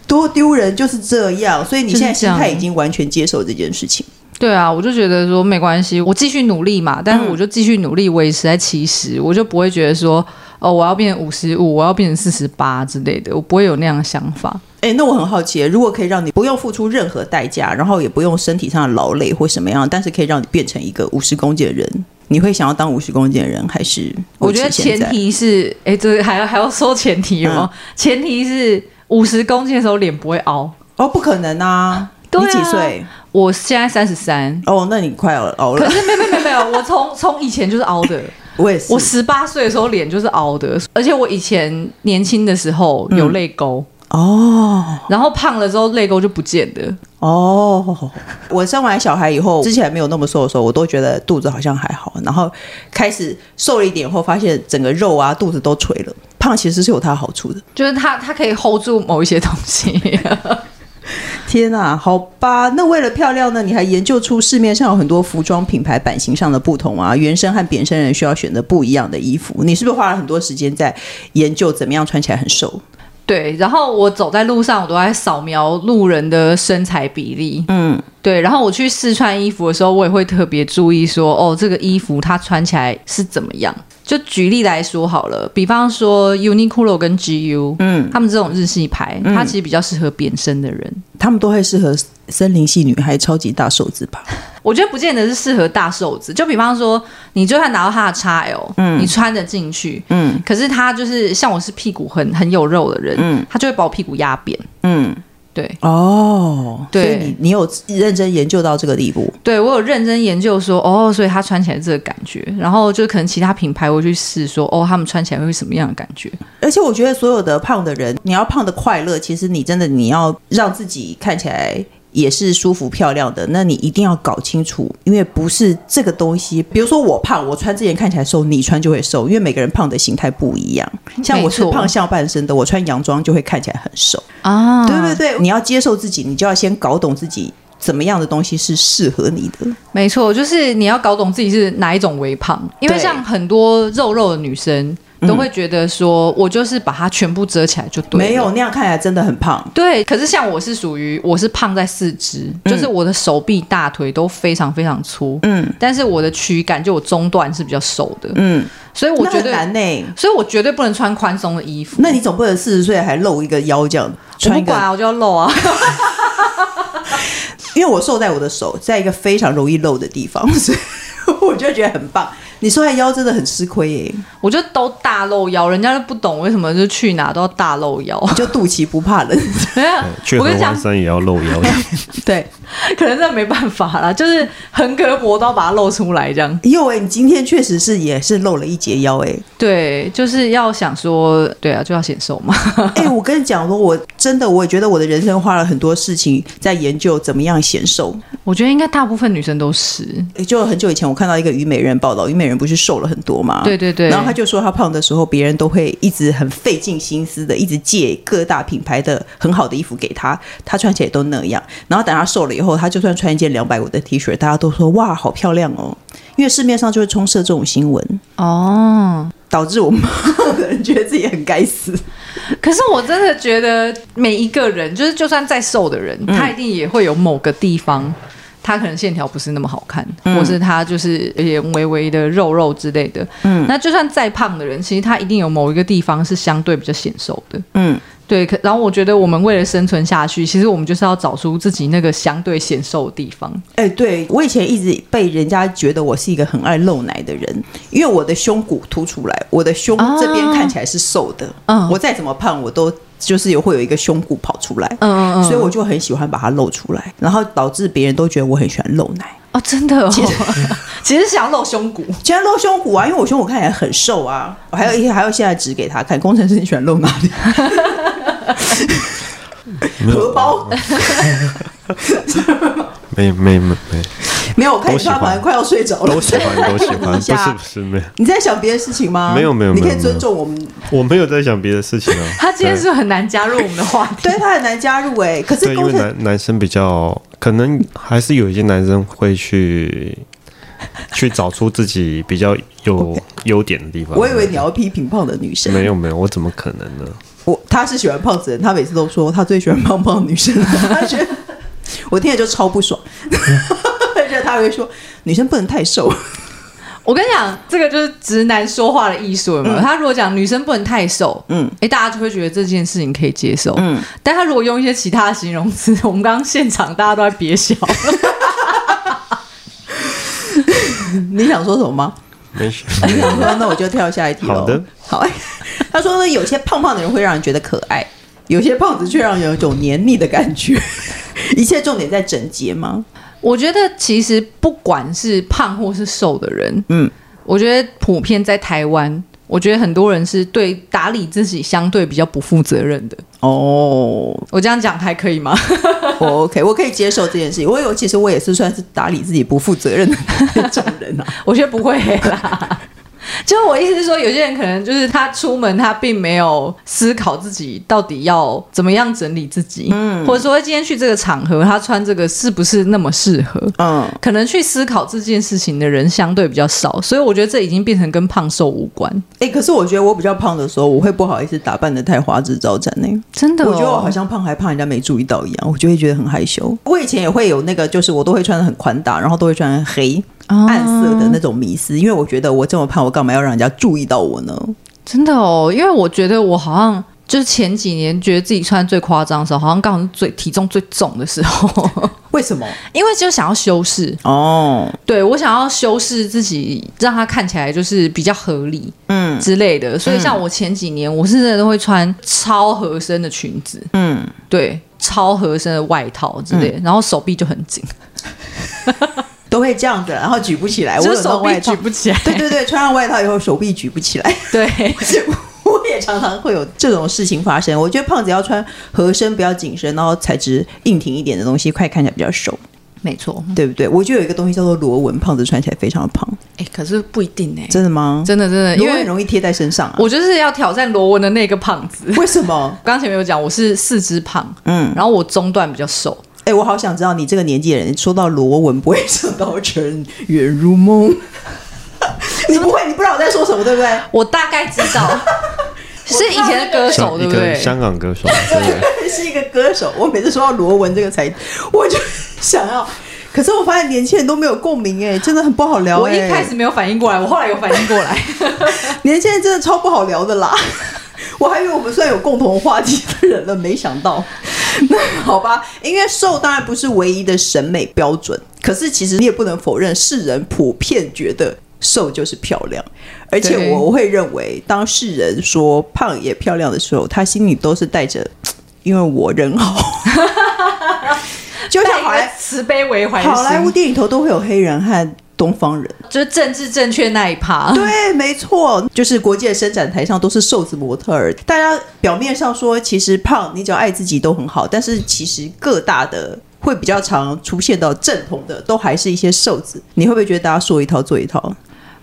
[SPEAKER 1] 多丢人就是这样，所以你现在
[SPEAKER 2] 就是这
[SPEAKER 1] 心
[SPEAKER 2] 样
[SPEAKER 1] 态已经完全接受这件事情。
[SPEAKER 2] 对啊，我就觉得说没关系，我继续努力嘛，但是我就继续努力维持在七十，我就不会觉得说哦，我要变成五十五，我要变成四十八之类的，我不会有那样的想法。
[SPEAKER 1] 哎、那我很好奇，如果可以让你不用付出任何代价，然后也不用身体上的劳累或什么样，但是可以让你变成一个五十公斤的人，你会想要当五十公斤的人，还是
[SPEAKER 2] 我
[SPEAKER 1] 维
[SPEAKER 2] 觉
[SPEAKER 1] 持
[SPEAKER 2] 得
[SPEAKER 1] 现
[SPEAKER 2] 前
[SPEAKER 1] 在
[SPEAKER 2] 提是，哎，这还要还要说前提吗？前提是五十公斤的时候脸不会凹。
[SPEAKER 1] 哦，不可能啊！
[SPEAKER 2] 对啊
[SPEAKER 1] 你几岁？
[SPEAKER 2] 我现在三十三，
[SPEAKER 1] 哦，那你快要熬
[SPEAKER 2] 可
[SPEAKER 1] 了。
[SPEAKER 2] 是没有没有没有没有，我从 从以前就是凹的，
[SPEAKER 1] 我也是，
[SPEAKER 2] 我十八岁的时候脸就是凹的，而且我以前年轻的时候有泪沟，
[SPEAKER 1] 哦
[SPEAKER 2] 然后胖了之后泪沟就不见了。
[SPEAKER 1] 哦，我生完小孩以后，之前没有那么瘦的时候，我都觉得肚子好像还好，然后开始瘦了一点后，发现整个肉啊肚子都垂了。胖其实是有它好处的，
[SPEAKER 2] 就是它它可以 hold 住某一些东西。
[SPEAKER 1] 天哪、好吧，那为了漂亮呢，你还研究出市面上有很多服装品牌版型上的不同啊，原生和扁身人需要选择不一样的衣服。你是不是花了很多时间在研究怎么样穿起来很瘦？
[SPEAKER 2] 对，然后我走在路上，我都在扫描路人的身材比例。
[SPEAKER 1] 嗯，
[SPEAKER 2] 对，然后我去试穿衣服的时候，我也会特别注意说，哦，这个衣服它穿起来是怎么样。就举例来说好了，比方说 Uniqlo 跟 GU，嗯，他们这种日系牌，它其实比较适合扁身的人。
[SPEAKER 1] 他们都会适合森林系女孩、超级大瘦子吧？
[SPEAKER 2] 我觉得不见得是适合大瘦子。就比方说，你就算拿到它的 XL，嗯，你穿得进去，
[SPEAKER 1] 嗯
[SPEAKER 2] 可是它就是像我是屁股很很有肉的人，
[SPEAKER 1] 嗯
[SPEAKER 2] 它就会把我屁股压扁。
[SPEAKER 1] 嗯，
[SPEAKER 2] 对
[SPEAKER 1] 哦，
[SPEAKER 2] 对
[SPEAKER 1] 所以你你有认真研究到这个地步？
[SPEAKER 2] 对，我有认真研究说，哦，所以它穿起来这个感觉，然后就可能其他品牌我去试说，哦，他们穿起来会是什么样的感觉？
[SPEAKER 1] 而且我觉得所有的胖的人，你要胖的快乐，其实你真的你要让自己看起来也是舒服漂亮的，那你一定要搞清楚，因为不是这个东西。比如说我胖，我穿之前看起来瘦，你穿就会瘦，因为每个人胖的形态不一样。像我是
[SPEAKER 2] 嗯没错
[SPEAKER 1] 胖下半身的，我穿洋装就会看起来很瘦。
[SPEAKER 2] 啊，
[SPEAKER 1] 对对对，你要接受自己，你就要先搞懂自己怎么样的东西是适合你的。
[SPEAKER 2] 没错，就是你要搞懂自己是哪一种微胖，因为
[SPEAKER 1] 对
[SPEAKER 2] 像很多肉肉的女生都会觉得说，我就是把它全部遮起来就对
[SPEAKER 1] 嗯
[SPEAKER 2] 了，
[SPEAKER 1] 没有那样看起来真的很胖。
[SPEAKER 2] 对，可是像我是属于我是胖在四肢，就是我的手臂、大腿都非常非常粗，
[SPEAKER 1] 嗯
[SPEAKER 2] 但是我的躯干就我中段是比较瘦的，
[SPEAKER 1] 嗯，
[SPEAKER 2] 所以我
[SPEAKER 1] 那
[SPEAKER 2] 绝
[SPEAKER 1] 很
[SPEAKER 2] 对，
[SPEAKER 1] 难呢、
[SPEAKER 2] 所以我绝对不能穿宽松的衣服。
[SPEAKER 1] 那你总不能四十岁还露一个腰这样
[SPEAKER 2] 我
[SPEAKER 1] 穿
[SPEAKER 2] 不
[SPEAKER 1] 一个
[SPEAKER 2] 管啊，我就要露啊。
[SPEAKER 1] 因为我瘦在我的手，在一个非常容易漏的地方， 所以我就觉得很棒。你瘦在腰真的很吃亏耶、
[SPEAKER 2] 我就都大露腰，人家就不懂为什么就去哪都要大露腰。
[SPEAKER 1] 你就肚脐不怕冷。
[SPEAKER 2] 没有
[SPEAKER 3] 去
[SPEAKER 2] 我
[SPEAKER 3] 合
[SPEAKER 2] 跟你讲
[SPEAKER 3] 欢，山也要露腰，
[SPEAKER 1] 对，
[SPEAKER 2] 可能真的没办法啦，就是横膈膜都要把它露出来这样。
[SPEAKER 1] 因为你今天确实是也是露了一截腰哎、
[SPEAKER 2] 对，就是要想说，对啊，就要显瘦嘛。
[SPEAKER 1] 哎、我跟你讲说，我真的我也觉得我的人生花了很多事情在研究怎么样显瘦。
[SPEAKER 2] 我觉得应该大部分女生都是，
[SPEAKER 1] 诶就很久以前我看到一个虞美人报道，虞美人不是瘦了很多吗？
[SPEAKER 2] 对对对。
[SPEAKER 1] 啊然后他就说，他胖的时候，别人都会一直很费尽心思的，一直借各大品牌的很好的衣服给他，他穿起来都那样。然后等他瘦了以后，他就算穿一件两百五的 T 恤，大家都说哇，好漂亮哦。因为市面上就会充斥这种新闻，
[SPEAKER 2] 哦，
[SPEAKER 1] 导致我们 的人觉得自己很该死。
[SPEAKER 2] 可是我真的觉得每一个人，就是就算再瘦的人，他一定也会有某个地方，他可能线条不是那么好看，或是他就是有点微微的肉肉之类的。嗯，那就算再胖的人，其实他一定有某一个地方是相对比较显瘦的。
[SPEAKER 1] 嗯，
[SPEAKER 2] 对，可然后我觉得我们为了生存下去，其实我们就是要找出自己那个相对显瘦的地方。
[SPEAKER 1] 哎、对我以前一直被人家觉得我是一个很爱露奶的人，因为我的胸骨凸出来，我的胸
[SPEAKER 2] 哦
[SPEAKER 1] 这边看起来是瘦的。
[SPEAKER 2] 嗯
[SPEAKER 1] 我再怎么胖，我都就是有会有一个胸骨跑出来。
[SPEAKER 2] 嗯嗯
[SPEAKER 1] 所以我就很喜欢把它露出来，然后导致别人都觉得我很喜欢露奶。
[SPEAKER 2] 哦，真的、哦，其实 其实想要露胸骨，
[SPEAKER 1] 喜欢露胸骨啊，因为我胸骨看起来很瘦啊。我还有
[SPEAKER 2] 嗯
[SPEAKER 1] 一还有现在指给他看，工程师你喜欢露哪里？
[SPEAKER 3] 没有嗯
[SPEAKER 1] 荷包
[SPEAKER 3] 没没没没，
[SPEAKER 1] 没有，我看你
[SPEAKER 3] 都喜欢
[SPEAKER 1] 他好像快要睡着了
[SPEAKER 3] 都。喜欢都喜欢，不
[SPEAKER 1] 等一下
[SPEAKER 3] 是不是没有，
[SPEAKER 1] 你在想别的事情吗？
[SPEAKER 3] 没有没有
[SPEAKER 1] 你可
[SPEAKER 3] 没
[SPEAKER 1] 以
[SPEAKER 3] 有
[SPEAKER 1] 尊重我们。
[SPEAKER 3] 我没有在想别的事情啊。
[SPEAKER 2] 他今天
[SPEAKER 3] 对
[SPEAKER 2] 是很难加入我们的话题。
[SPEAKER 1] 对他很难加入 哎、可是
[SPEAKER 3] 对，因
[SPEAKER 1] 工
[SPEAKER 3] 为
[SPEAKER 1] 程
[SPEAKER 3] 男男生比较可能还是有一些男生会去去找出自己比较有优点的地方。
[SPEAKER 1] 我以为你要批评胖的女生，
[SPEAKER 3] 没有没有，我怎么可能呢？
[SPEAKER 1] 我他是喜欢胖子的人，他每次都说他最喜欢胖胖的女 生，他觉得我听了就超不爽， 而且他会说女生不能太瘦，
[SPEAKER 2] 我跟你讲，这个就是直男说话的艺术了嘛。他如果讲女生不能太瘦，嗯，哎、大家就会觉得这件事情可以接受，嗯。但他如果用一些其他的形容词， 我们刚刚现场大家都在憋笑，
[SPEAKER 1] 你想说什么吗？
[SPEAKER 3] 没事，
[SPEAKER 1] 你想说，那我就跳下一题咯
[SPEAKER 3] 好的，
[SPEAKER 1] 好。 他说呢，有些胖胖的人会让人觉得可爱，有些胖子却让人有一种黏腻的感觉。 一切重点在整洁吗？
[SPEAKER 2] 我觉得其实不管是胖或是瘦的人，
[SPEAKER 1] 嗯
[SPEAKER 2] 嗯，我觉得普遍在台湾，我觉得很多人是对打理自己相对比较不负责任的。
[SPEAKER 1] 哦、
[SPEAKER 2] 我这样讲还可以吗？
[SPEAKER 1] o k 我可以接受这件事情。我有，其实 我也是算是打理自己不负责任的那种人啊。
[SPEAKER 2] 我觉得不会啦。 就是我意思是说，有些人可能就是他出门，他并没有思考自己到底要怎么样整理自己，嗯，或者说今天去这个场合，他穿这个是不是那么适合？
[SPEAKER 1] 嗯，
[SPEAKER 2] 可能去思考这件事情的人相对比较少，所以我觉得这已经变成跟胖瘦无关，
[SPEAKER 1] 哎、可是我觉得我比较胖的时候，我会不好意思打扮的太花枝招展呢、
[SPEAKER 2] 真的、哦
[SPEAKER 1] 我觉得我好像胖还怕人家没注意到一样，我就会觉得很害羞。我以前也会有那个，就是我都会穿的很宽大，然后都会穿黑
[SPEAKER 2] 哦
[SPEAKER 1] 暗色的那种迷思，因为我觉得我这么胖，我干嘛要让人家注意到我呢？
[SPEAKER 2] 真的哦，因为我觉得我好像就是前几年觉得自己穿最夸张的时候，好像刚好是最体重最重的时候，
[SPEAKER 1] 为什么？
[SPEAKER 2] 因为就想要修饰，
[SPEAKER 1] 哦，
[SPEAKER 2] 对我想要修饰自己，让它看起来就是比较合理
[SPEAKER 1] 嗯
[SPEAKER 2] 之类的。所以像我前几年，我是真的都会穿超合身的裙子，
[SPEAKER 1] 嗯，
[SPEAKER 2] 对，超合身的外套之类的，然后手臂就很紧，
[SPEAKER 1] 都会这样子，然后举不起来，我
[SPEAKER 2] 就
[SPEAKER 1] 有那
[SPEAKER 2] 是手
[SPEAKER 1] 种
[SPEAKER 2] 臂
[SPEAKER 1] 外
[SPEAKER 2] 举
[SPEAKER 1] 套。
[SPEAKER 2] 不起来，
[SPEAKER 1] 对对对，穿上外套以后手臂举不起来，
[SPEAKER 2] 对。
[SPEAKER 1] 我也常常会有这种事情发生。我觉得胖子要穿合身，不要紧身，然后材质硬挺一点的东西，快看起来比较瘦，
[SPEAKER 2] 没错，
[SPEAKER 1] 对不对？我就有一个东西叫做螺纹，胖子穿起来非常的胖，
[SPEAKER 2] 哎、可是不一定哎、
[SPEAKER 1] 真的吗？
[SPEAKER 2] 真的真的，
[SPEAKER 1] 螺
[SPEAKER 2] 因
[SPEAKER 1] 纹很
[SPEAKER 2] 为
[SPEAKER 1] 容易贴在身上啊。
[SPEAKER 2] 我就是要挑战罗文的那个胖子。
[SPEAKER 1] 为什么？
[SPEAKER 2] 刚前面有讲，我是四肢胖，
[SPEAKER 1] 嗯，
[SPEAKER 2] 然后我中段比较瘦，
[SPEAKER 1] 哎、我好想知道你这个年纪的人，说到螺纹不会想到陈远如梦。 你不会，你不知道我在说什么，对不对？
[SPEAKER 2] 我大概知道 是以前的歌手，
[SPEAKER 3] 像
[SPEAKER 2] 对
[SPEAKER 3] 一
[SPEAKER 2] 不
[SPEAKER 3] 个
[SPEAKER 2] 对？
[SPEAKER 3] 香港歌手，对，
[SPEAKER 1] 是一个歌手，我每次说到罗文这个才，我就想要。可是我发现年轻人都没有共鸣哎、真的很不好聊、哎。
[SPEAKER 2] 我一开始没有反应过来，我后来有反应过来。
[SPEAKER 1] 年轻人真的超不好聊的啦。 我还以为我们算有共同话题的人了，没想到。 那好吧，因为瘦当然不是唯一的审美标准，可是其实你也不能否认，世人普遍觉得瘦就是漂亮。而且
[SPEAKER 2] 对
[SPEAKER 1] 我会认为，当世人说胖也漂亮的时候，他心里都是带着，因为我人好。 就像好
[SPEAKER 2] 带一个
[SPEAKER 1] 莱
[SPEAKER 2] 慈悲为怀的
[SPEAKER 1] 哎好莱坞
[SPEAKER 2] 心，
[SPEAKER 1] 电影里头都会有黑人和东方人。
[SPEAKER 2] 就是政治正确那一趴。
[SPEAKER 1] 对，没错，就是国际的伸展台上都是瘦子模特儿。大家表面上说其实胖，你只要爱自己都很好，但是其实各大的会比较常出现到正统的，都还是一些瘦子。你会不会觉得大家说一套做一套？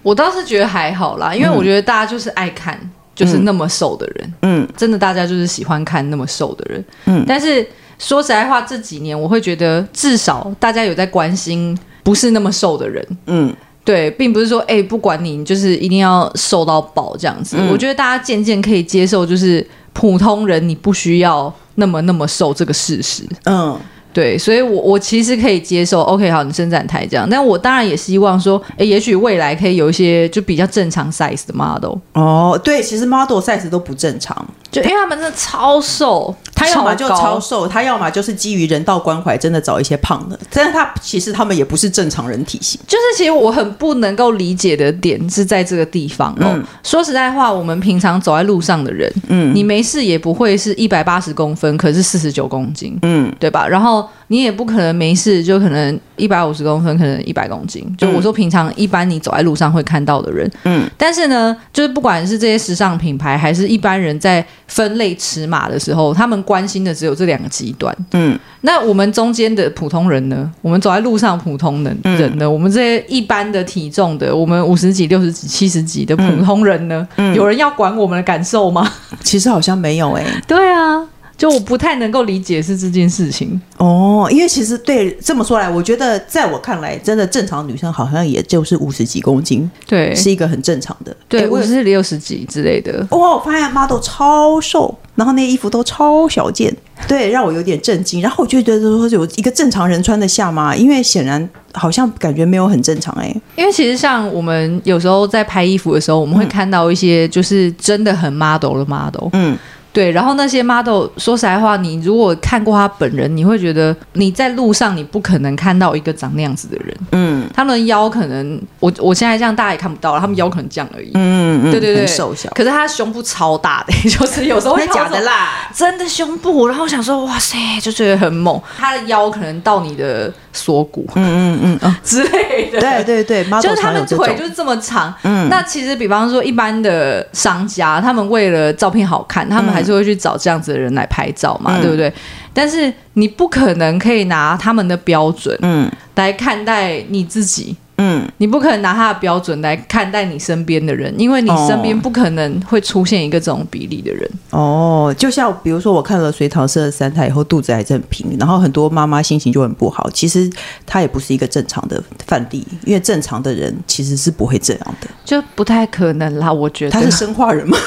[SPEAKER 2] 我倒是觉得还好啦，因为我觉得大家就是爱看，就是那么瘦的人，
[SPEAKER 1] 嗯
[SPEAKER 2] 真的大家就是喜欢看那么瘦的人。
[SPEAKER 1] 嗯
[SPEAKER 2] 但是说实在话，这几年我会觉得，至少大家有在关心不是那么瘦的人。
[SPEAKER 1] 嗯，
[SPEAKER 2] 对，并不是说哎、不管你就是一定要瘦到饱这样
[SPEAKER 1] 嗯
[SPEAKER 2] 子。我觉得大家渐渐可以接受，就是普通人你不需要那么那么瘦这个事实。
[SPEAKER 1] 嗯，
[SPEAKER 2] 对，所以我我其实可以接受，OK，好，你伸展台这样，但我当然也希望说，哎，也许未来可以有一些就比较正常 size 的 model，
[SPEAKER 1] 哦，对，其实 model size 都不正常，
[SPEAKER 2] 就因为他们真的超瘦，
[SPEAKER 1] 他要么就
[SPEAKER 2] 高
[SPEAKER 1] 超瘦，他要么就是基于人道关怀，真的找一些胖的，但是他其实他们也不是正常人体型。
[SPEAKER 2] 就是其实我很不能够理解的点是在这个地方哦。说实在话，我们平常走在路上的人，嗯，你没事也不会是一百八十公分，可是四十九公斤，
[SPEAKER 1] 嗯
[SPEAKER 2] 嗯，对吧？然后你也不可能没事就可能一百五十公分，可能一百公斤。就我说平常一般你走在路上会看到的人，
[SPEAKER 1] 嗯
[SPEAKER 2] 嗯，但是呢，就是不管是这些时尚品牌，还是一般人在分类尺码的时候，他们关心的只有这两个极端，
[SPEAKER 1] 嗯
[SPEAKER 2] 那我们中间的普通人呢？我们走在路上普通人人呢？我们这些一般的体重的，我们五十几、六十几、七十几的普通人呢？有人要管我们的感受吗？
[SPEAKER 1] 其实好像没有哎、
[SPEAKER 2] 对啊，就我不太能够理解是这件事情。
[SPEAKER 1] 哦，因为其实对这么说来，我觉得在我看来，真的正常女生好像也就是五十几公斤，
[SPEAKER 2] 对，
[SPEAKER 1] 是一个很正常的。
[SPEAKER 2] 对，
[SPEAKER 1] 诶哎我
[SPEAKER 2] 五
[SPEAKER 1] 有
[SPEAKER 2] 十六十几之类的。
[SPEAKER 1] 哇，我发现 model 超瘦，然后那衣服都超小件，对，让我有点震惊。然后我就觉得说，有一个正常人穿得下吗？因为显然好像感觉没有很正常哎、
[SPEAKER 2] 因为其实像我们有时候在拍衣服的时候，我们会看到一些就是真的很 model 的 model，
[SPEAKER 1] 嗯，
[SPEAKER 2] 对，然后那些 model 说实在话，你如果看过他本人，你会觉得你在路上你不可能看到一个长那样子的人，
[SPEAKER 1] 嗯
[SPEAKER 2] 他们的腰可能我我现在这样大家也看不到了，他们腰可能这样而已，
[SPEAKER 1] 嗯嗯
[SPEAKER 2] 对对对，
[SPEAKER 1] 很瘦小，
[SPEAKER 2] 可是他的胸部超大的、 就是有时候会
[SPEAKER 1] 那假的
[SPEAKER 2] 啦。
[SPEAKER 1] 啦。
[SPEAKER 2] 真的胸部，然后我想说，哇塞，就觉得很猛。他的腰可能到你的锁骨
[SPEAKER 1] 嗯嗯 嗯嗯，
[SPEAKER 2] 之类的，
[SPEAKER 1] 对对对，model
[SPEAKER 2] 就是他
[SPEAKER 1] 常有
[SPEAKER 2] 们
[SPEAKER 1] 这
[SPEAKER 2] 腿
[SPEAKER 1] 种嗯
[SPEAKER 2] 就。是这么长。那其实比方说一般的商家，他们为了照片好看，
[SPEAKER 1] 嗯
[SPEAKER 2] 他们还是会去找这样子的人来拍照嘛，对不对？但是你不可能可以拿他们的标准
[SPEAKER 1] 嗯，
[SPEAKER 2] 来看待你自己。
[SPEAKER 1] 嗯，
[SPEAKER 2] 你不可能拿他的标准来看待你身边的人，因为你身边
[SPEAKER 1] 哦
[SPEAKER 2] 不可能会出现一个这种比例的人。
[SPEAKER 1] 哦，就像比如说我看了隋唐社的三胎以后，肚子还是很平，然后很多妈妈心情就很不好。其实她也不是一个正常的范例，因为正常的人其实是不会这样的。
[SPEAKER 2] 就不太可能啦，我觉得。
[SPEAKER 1] 她是生化人吗？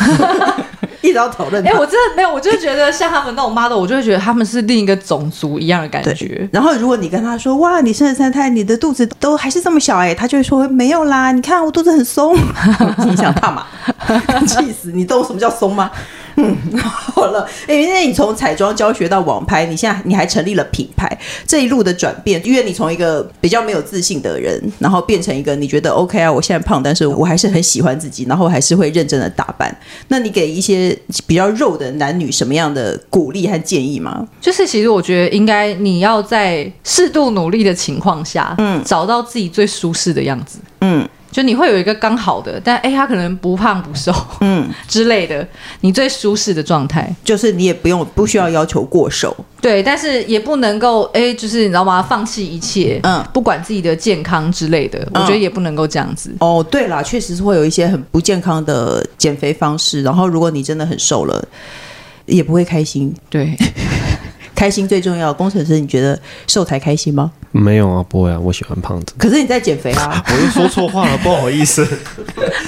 [SPEAKER 1] 一直要讨论她。
[SPEAKER 2] 哎、我真的没有，我就觉得像他们那种 model，我就会觉得他们是另一个种族一样的感觉
[SPEAKER 1] 对。，然后如果你跟她说哇，你生了三胎，你的肚子都还是这么小哎、欸，她就会说没有啦，你看我肚子很松，你想干嘛？ 气死！你懂什么叫松吗？嗯，好了，哎、那你从彩妆教学到网拍，你现在你还成立了品牌，这一路的转变，因为你从一个比较没有自信的人，然后变成一个你觉得 OK 啊，我现在胖，但是我还是很喜欢自己，然后还是会认真的打扮。那你给一些比较肉的男女什么样的鼓励和建议吗？
[SPEAKER 2] 就是其实我觉得应该你要在适度努力的情况下，嗯，找到自己最舒适的样子。
[SPEAKER 1] 嗯。
[SPEAKER 2] 就你会有一个刚好的，但哎、他可能不胖不瘦， 嗯之类的，你最舒适的状态。
[SPEAKER 1] 就是你也不用不需要要求过瘦，
[SPEAKER 2] 对，但是也不能够哎、就是你知道吗？放弃一切，
[SPEAKER 1] 嗯
[SPEAKER 2] 不管自己的健康之类的，我觉得也不能够这样子。
[SPEAKER 1] 哦，对啦，确实是会有一些很不健康的减肥方式。然后，如果你真的很瘦了，也不会开心。
[SPEAKER 2] 对，
[SPEAKER 1] 开心最重要。工程师，你觉得瘦才开心吗？
[SPEAKER 3] 没有啊，不会啊，我喜欢胖子。。
[SPEAKER 1] 可是你在减肥啊
[SPEAKER 3] 我又说错话了，不好意思。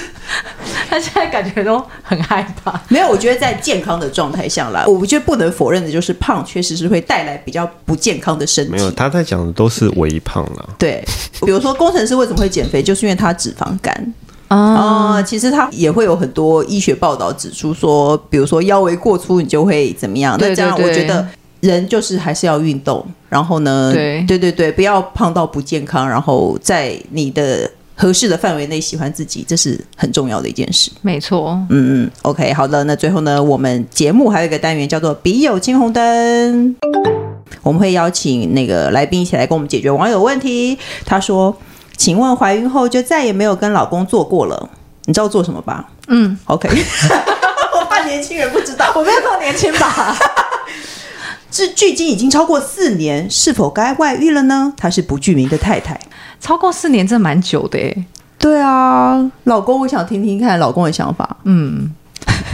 [SPEAKER 2] 他现在感觉都很害怕。
[SPEAKER 1] 没有，我觉得在健康的状态下啦，我觉得不能否认的就是胖确实是会带来比较不健康的身
[SPEAKER 3] 没有，
[SPEAKER 1] 体。
[SPEAKER 3] 他在讲的都是微胖啦。
[SPEAKER 1] 对，比如说工程师为什么会减肥，就是因为他脂肪肝。
[SPEAKER 2] 哦
[SPEAKER 1] 啊、其实它也会有很多医学报道指出说，比如说腰围过粗，你就会怎么样？
[SPEAKER 2] 对
[SPEAKER 1] 那这样
[SPEAKER 2] 对
[SPEAKER 1] 我
[SPEAKER 2] 对
[SPEAKER 1] 觉得人就是还是要运动，然后呢，
[SPEAKER 2] 对
[SPEAKER 1] 对对对不要胖到不健康，然后在你的合适的范围内喜欢自己，这是很重要的一件事。
[SPEAKER 2] 没错，
[SPEAKER 1] 嗯嗯，OK，好的。那最后呢，我们节目还有一个单元叫做“笔友青红灯”，我们会邀请那个来宾一起来跟我们解决网友问题。他说：“请问怀孕后就再也没有跟老公做过了，你知道做什么吧
[SPEAKER 2] 嗯，
[SPEAKER 1] ？”OK，我怕年轻人不知 道，
[SPEAKER 2] 我没有这么年轻吧？
[SPEAKER 1] 至距今已经超过四年，是否该外遇了呢？她是不具名的太太。
[SPEAKER 2] 超过四年，真的蛮久的哎。
[SPEAKER 1] 对啊，老公，我想听听看老公的想法。
[SPEAKER 2] 嗯，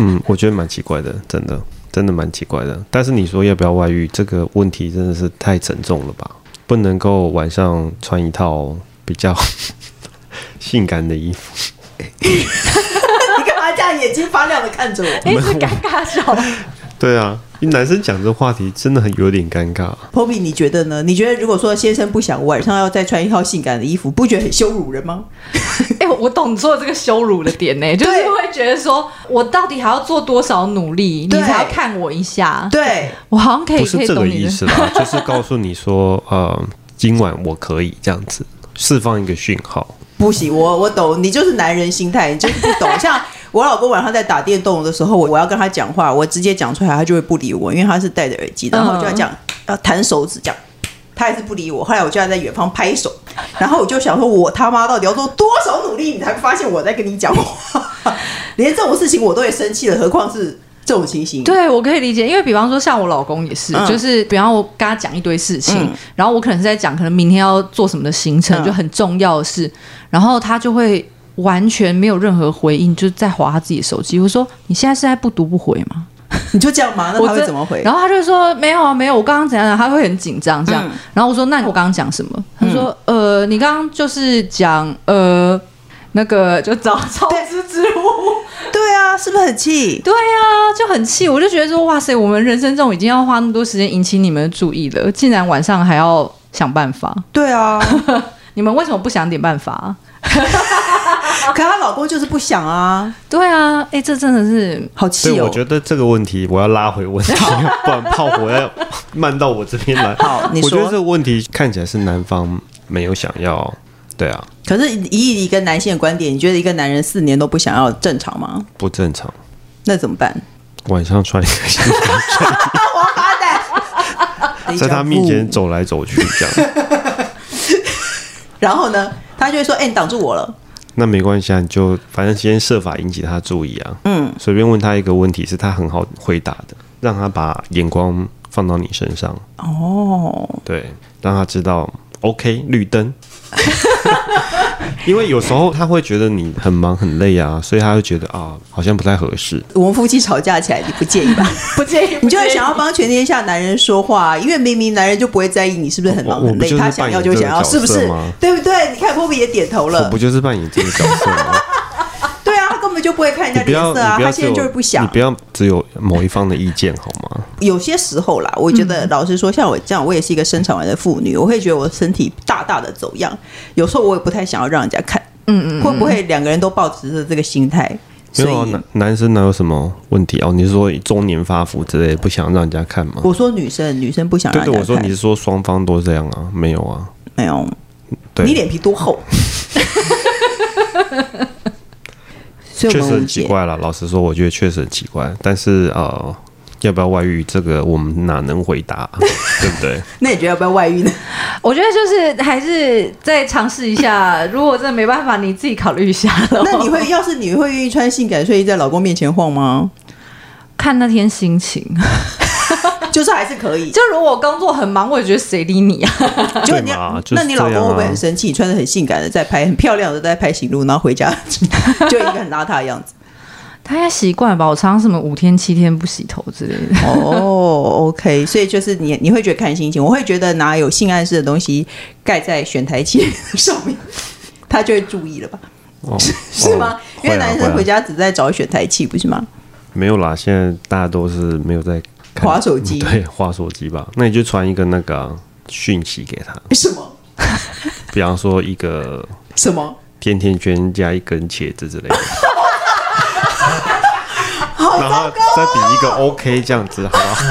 [SPEAKER 3] 嗯，我觉得蛮奇怪的，真的，真的蛮奇怪的。但是你说要不要外遇这个问题，真的是太沉重了吧？不能够晚上穿一套比较 性感的衣服，
[SPEAKER 1] 你干嘛这样眼睛发亮的看着我？
[SPEAKER 2] 一直尴尬笑。
[SPEAKER 3] 对啊，男生讲这话题真的很有点尴尬。
[SPEAKER 1] Poppy，你觉得呢？你觉得如果说先生不想晚上要再穿一套性感的衣服，不觉得很羞辱人 吗？
[SPEAKER 2] 哎、我懂你说的这个羞辱的点呢、就是
[SPEAKER 1] 对
[SPEAKER 2] 会觉得说我到底还要做多少努力，你
[SPEAKER 1] 对
[SPEAKER 2] 才要看我一下？
[SPEAKER 1] 对，
[SPEAKER 2] 我好像可以，
[SPEAKER 3] 不是
[SPEAKER 2] 可以
[SPEAKER 3] 这
[SPEAKER 2] 懂
[SPEAKER 3] 个
[SPEAKER 2] 你
[SPEAKER 3] 意
[SPEAKER 2] 的。
[SPEAKER 3] 思啦，就是告诉你说，呃，今晚我可以这样子释放一个讯号。
[SPEAKER 1] 不行，我我懂，你就是男人心态，你就是不懂。像我老公晚上在打电动的时候，我我要跟他讲话，我直接讲出来，他就会不理我，因为他是戴着耳机，然后我就要讲要弹手指讲。他还是不理我，后来我就要在远方拍手， 然后我就想说，我他妈到底要做多少努力，你才发现我在跟你讲话？ 连这种事情我都会生气了，何况是这种情形？
[SPEAKER 2] 对，我可以理解，因为比方说像我老公也是，
[SPEAKER 1] 嗯
[SPEAKER 2] 就是比方我跟他讲一堆事情，
[SPEAKER 1] 嗯
[SPEAKER 2] 然后我可能是在讲可能明天要做什么的行
[SPEAKER 1] 嗯
[SPEAKER 2] 程，就很重要的事，然后他就会完全没有任何回应，就在划他自己的手机。我说你现在是在不读不回吗？
[SPEAKER 1] 你就这样吗？那
[SPEAKER 2] 我
[SPEAKER 1] 他
[SPEAKER 2] 真
[SPEAKER 1] 会怎么回？
[SPEAKER 2] 然后他就说没有啊，没有，我刚刚怎样怎样，他会很紧张这样。
[SPEAKER 1] 嗯
[SPEAKER 2] 然后我说那我刚刚讲什么？他说、呃，你刚刚就是讲呃那个就找超
[SPEAKER 1] 对
[SPEAKER 2] 支 之物。
[SPEAKER 1] 对啊，是不是很气？
[SPEAKER 2] 对啊，就很气，我就觉得说，哇塞，我们人生中已经要花那么多时间引起你们的注意了，竟然晚上还要想办法，
[SPEAKER 1] 对啊，
[SPEAKER 2] 你们为什么不想点办法？
[SPEAKER 1] 可她老公就是不想啊，
[SPEAKER 2] 对啊，哎、这真的是，
[SPEAKER 1] 好
[SPEAKER 3] 所以
[SPEAKER 1] 气
[SPEAKER 3] 我
[SPEAKER 1] 哦。
[SPEAKER 3] 觉得这个问题我要拉 回问题，不然炮火要慢到我这边来。
[SPEAKER 1] 好你
[SPEAKER 3] 我觉
[SPEAKER 1] 说
[SPEAKER 3] 得这个问题看起来是男方没有想要，对啊，
[SPEAKER 1] 可是以一个男性的观点，你觉得一个男人四年都不想要正常吗？
[SPEAKER 3] 不正常。
[SPEAKER 1] 那怎么办？
[SPEAKER 3] 晚上穿一个新
[SPEAKER 1] 王八蛋，
[SPEAKER 3] 在他面前。走来走去这样，
[SPEAKER 1] 然后呢，他就会说：“哎、你挡住我了。
[SPEAKER 3] 那没关系啊，你就反正先设法引起他注意啊。
[SPEAKER 1] 嗯，
[SPEAKER 3] 随便问他一个问题，是他很好回答的，让他把眼光放到你身上，”
[SPEAKER 1] 哦，
[SPEAKER 3] 对，让他知道 OK 绿灯，因为有时候他会觉得你很忙很累啊，所以他会觉得啊，好像不太合适。
[SPEAKER 1] 我们夫妻吵架起来，你不介 意吧？
[SPEAKER 2] 不介意，
[SPEAKER 1] 你就会想要帮全天下男人说话，啊因为明明男人就不会在意你是不是很忙
[SPEAKER 3] 我我
[SPEAKER 1] 很
[SPEAKER 3] 不
[SPEAKER 1] 累，
[SPEAKER 3] 就是
[SPEAKER 1] 他想要就想要，
[SPEAKER 3] 扮演
[SPEAKER 1] 是
[SPEAKER 3] 这
[SPEAKER 1] 不
[SPEAKER 3] 个角色
[SPEAKER 1] 是
[SPEAKER 3] 吗？
[SPEAKER 1] 对不对？你看波比也点头
[SPEAKER 3] 我
[SPEAKER 1] 了
[SPEAKER 3] 不，就是扮演这个角色 吗？
[SPEAKER 1] 对啊，他根本就不会看人
[SPEAKER 3] 你
[SPEAKER 1] 家
[SPEAKER 3] 不
[SPEAKER 1] 脸
[SPEAKER 3] 要，
[SPEAKER 1] 色
[SPEAKER 3] 你
[SPEAKER 1] 啊，
[SPEAKER 3] 不
[SPEAKER 1] 他
[SPEAKER 3] 要
[SPEAKER 1] 现在
[SPEAKER 3] 只
[SPEAKER 1] 就
[SPEAKER 3] 有
[SPEAKER 1] 是不想
[SPEAKER 3] 你。不要只有某一方的意见好吗？
[SPEAKER 1] 有些时候啦，我觉
[SPEAKER 3] 嗯
[SPEAKER 1] 得老实说，像我这样，我也是一个生产完的妇女，我会觉得我身体大大的走样，有时候我也不太想要让人家看，嗯嗯，会不会两个人都抱持着这个心态？
[SPEAKER 3] 没
[SPEAKER 1] 所
[SPEAKER 3] 有啊
[SPEAKER 1] 以
[SPEAKER 3] 男男生哪有什么问题哦？你是说中年发福之类的不想让人家看吗？
[SPEAKER 1] 我说女生，女生不想
[SPEAKER 3] 对
[SPEAKER 1] 让
[SPEAKER 3] 对，我
[SPEAKER 1] 人家
[SPEAKER 3] 说你
[SPEAKER 1] 看
[SPEAKER 3] 是，说双方都这样啊？没有啊，
[SPEAKER 1] 没有，
[SPEAKER 3] 对，
[SPEAKER 1] 你脸皮多 厚？所以
[SPEAKER 3] 确
[SPEAKER 1] 我们
[SPEAKER 3] 实
[SPEAKER 1] 无
[SPEAKER 3] 很奇
[SPEAKER 1] 解。
[SPEAKER 3] 怪了。老实说，我觉得确实很奇怪。但是呃，要不要外遇这个我们哪能回答 啊，对不对？
[SPEAKER 1] 那你觉得要不要外 遇呢？
[SPEAKER 2] 我觉得就是还是再尝试一下，如果真的没办法，你自己考虑一下咯
[SPEAKER 1] 那你会，要是你会愿意穿性感睡衣在老公面前晃吗？
[SPEAKER 2] 看那天心情。
[SPEAKER 1] 就是还是可以，
[SPEAKER 2] 就如果工作很忙，我也觉得谁理你啊？
[SPEAKER 1] 就
[SPEAKER 3] 对
[SPEAKER 1] 你嗯
[SPEAKER 3] 嘛就是
[SPEAKER 1] 那你老公
[SPEAKER 3] 这样啊
[SPEAKER 1] 会不会很生气？你穿的很性感的在拍，很漂亮的在拍行路，然后回家 就一个很邋遢的样子。
[SPEAKER 2] 大家习惯吧，我常什么五天七天不洗头之类 的。
[SPEAKER 1] 哦、o k 所以就是你你会觉得看心情，我会觉得拿有性暗示的东西盖在选台器上面， 他就会注意了吧？
[SPEAKER 3] 哦，
[SPEAKER 1] 是吗？
[SPEAKER 3] 哦
[SPEAKER 1] 因为男生回、
[SPEAKER 3] 会啊会啊
[SPEAKER 1] 家只在找选台器，不是吗？
[SPEAKER 3] 没有啦，现在大家都是没有在看
[SPEAKER 1] 滑手机
[SPEAKER 3] 对，滑手机吧。那你就传一个那个啊、讯息给他，
[SPEAKER 1] 什么
[SPEAKER 3] 比方说一个
[SPEAKER 1] 什么？
[SPEAKER 3] 甜甜圈加一根茄 子之类的。然后
[SPEAKER 1] 啊
[SPEAKER 3] 再比一个 OK 这样子，好不好？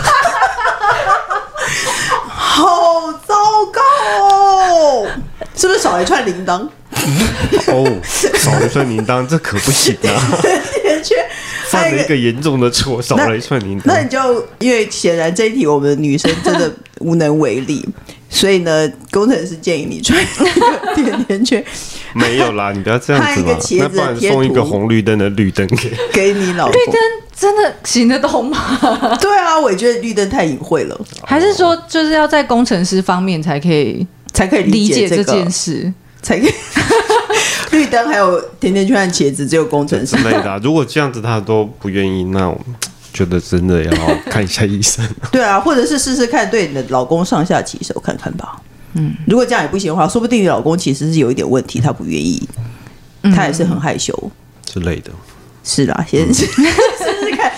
[SPEAKER 1] 好糟糕哦！ 是不是少一串铃 铛？
[SPEAKER 3] 哦，少一串铃铛，这可不行啊！
[SPEAKER 1] 的确，
[SPEAKER 3] 犯
[SPEAKER 1] 还有
[SPEAKER 3] 了一个严重的错，少了一串铃
[SPEAKER 1] 那
[SPEAKER 3] 铛
[SPEAKER 1] 你。就因为显然这一题我们女生真的无能为力，所以呢，工程师建议你穿一个甜甜圈
[SPEAKER 3] 没有啦，你不要这样子
[SPEAKER 1] 换一
[SPEAKER 3] 嘛
[SPEAKER 1] 个。茄
[SPEAKER 3] 那
[SPEAKER 1] 子
[SPEAKER 3] 不
[SPEAKER 1] 的
[SPEAKER 3] 然
[SPEAKER 1] 贴
[SPEAKER 3] 送一个
[SPEAKER 1] 图
[SPEAKER 3] 红绿灯的绿灯给。
[SPEAKER 1] 给你老
[SPEAKER 2] 绿灯
[SPEAKER 1] 公。
[SPEAKER 2] 真的行得通吗？
[SPEAKER 1] 对啊，我也觉得绿灯太隐晦了，
[SPEAKER 2] 还是说就是要在工程师方面才可以
[SPEAKER 1] 才可以
[SPEAKER 2] 理
[SPEAKER 1] 解
[SPEAKER 2] 解这
[SPEAKER 1] 个，
[SPEAKER 2] 件事？
[SPEAKER 1] 才可以。 绿灯还有甜甜圈和茄子，只有工程师
[SPEAKER 3] 之。类的啊、 如果这样子他都不愿意，那我觉得真的要看一下医生。
[SPEAKER 1] 对啊，或者是试试看对你的老公上下其手看看吧。嗯，如果这样也不行的话，说不定你老公其实是有一点问题，他不愿意，
[SPEAKER 2] 嗯
[SPEAKER 1] 他也是很害羞。
[SPEAKER 3] 之类的。
[SPEAKER 1] 是啦，先试试看，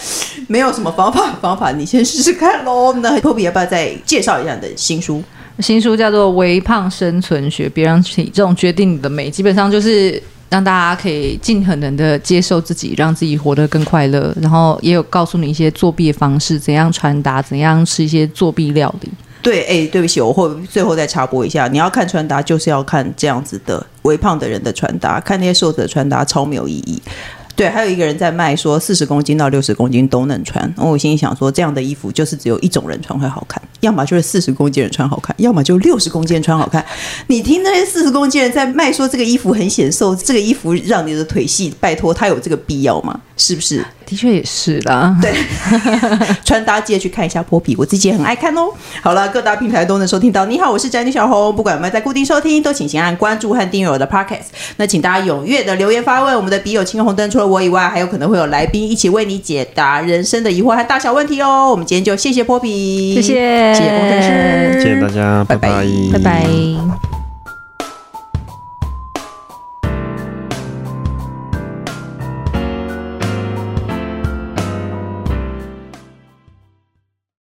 [SPEAKER 1] 没有什么方法方法，你先试试看喽。那 Kobe 要不要再介绍一下你的新书？
[SPEAKER 2] 新书叫做《微胖生存学》，别让体重决定你的美，基本上就是让大家可以尽可能的接受自己，让自己活得更快乐。然后也有告诉你一些作弊的方式，怎样穿搭，怎样吃一些作弊料理。
[SPEAKER 1] 对，哎、对不起，我会最后再插播一下，你要看穿搭，就是要看这样子的微胖的人的穿搭，看那些瘦子的穿搭超没有意义。对，还有一个人在卖说四十公斤到六十公斤都能穿，然后我心里想说，这样的衣服就是只有一种人穿会好看，要么就是四十公斤人穿好看，要么就六十公斤人穿好看。你听那些四十公斤人在卖说这个衣服很显瘦，这个衣服让你的腿细，拜托，他有这个必要吗？是不是？
[SPEAKER 2] 的确也是啦，
[SPEAKER 1] 对，穿搭界去看一下波比，我自己也很爱看哦。好了，各大平台都能收听到。你好，我是宅女小红，不管有没有在固定收听，都请先按关注和订阅我的 podcast。那请大家踊跃的留言发问，我们的笔友青红灯除了我以外，还有可能会有来宾一起为你解答人生的疑惑和大小问题哦。我们今天就谢谢波比，
[SPEAKER 2] 谢谢，
[SPEAKER 1] 谢谢工程师，
[SPEAKER 3] 谢谢大家，
[SPEAKER 1] 嗯拜拜
[SPEAKER 2] 拜拜。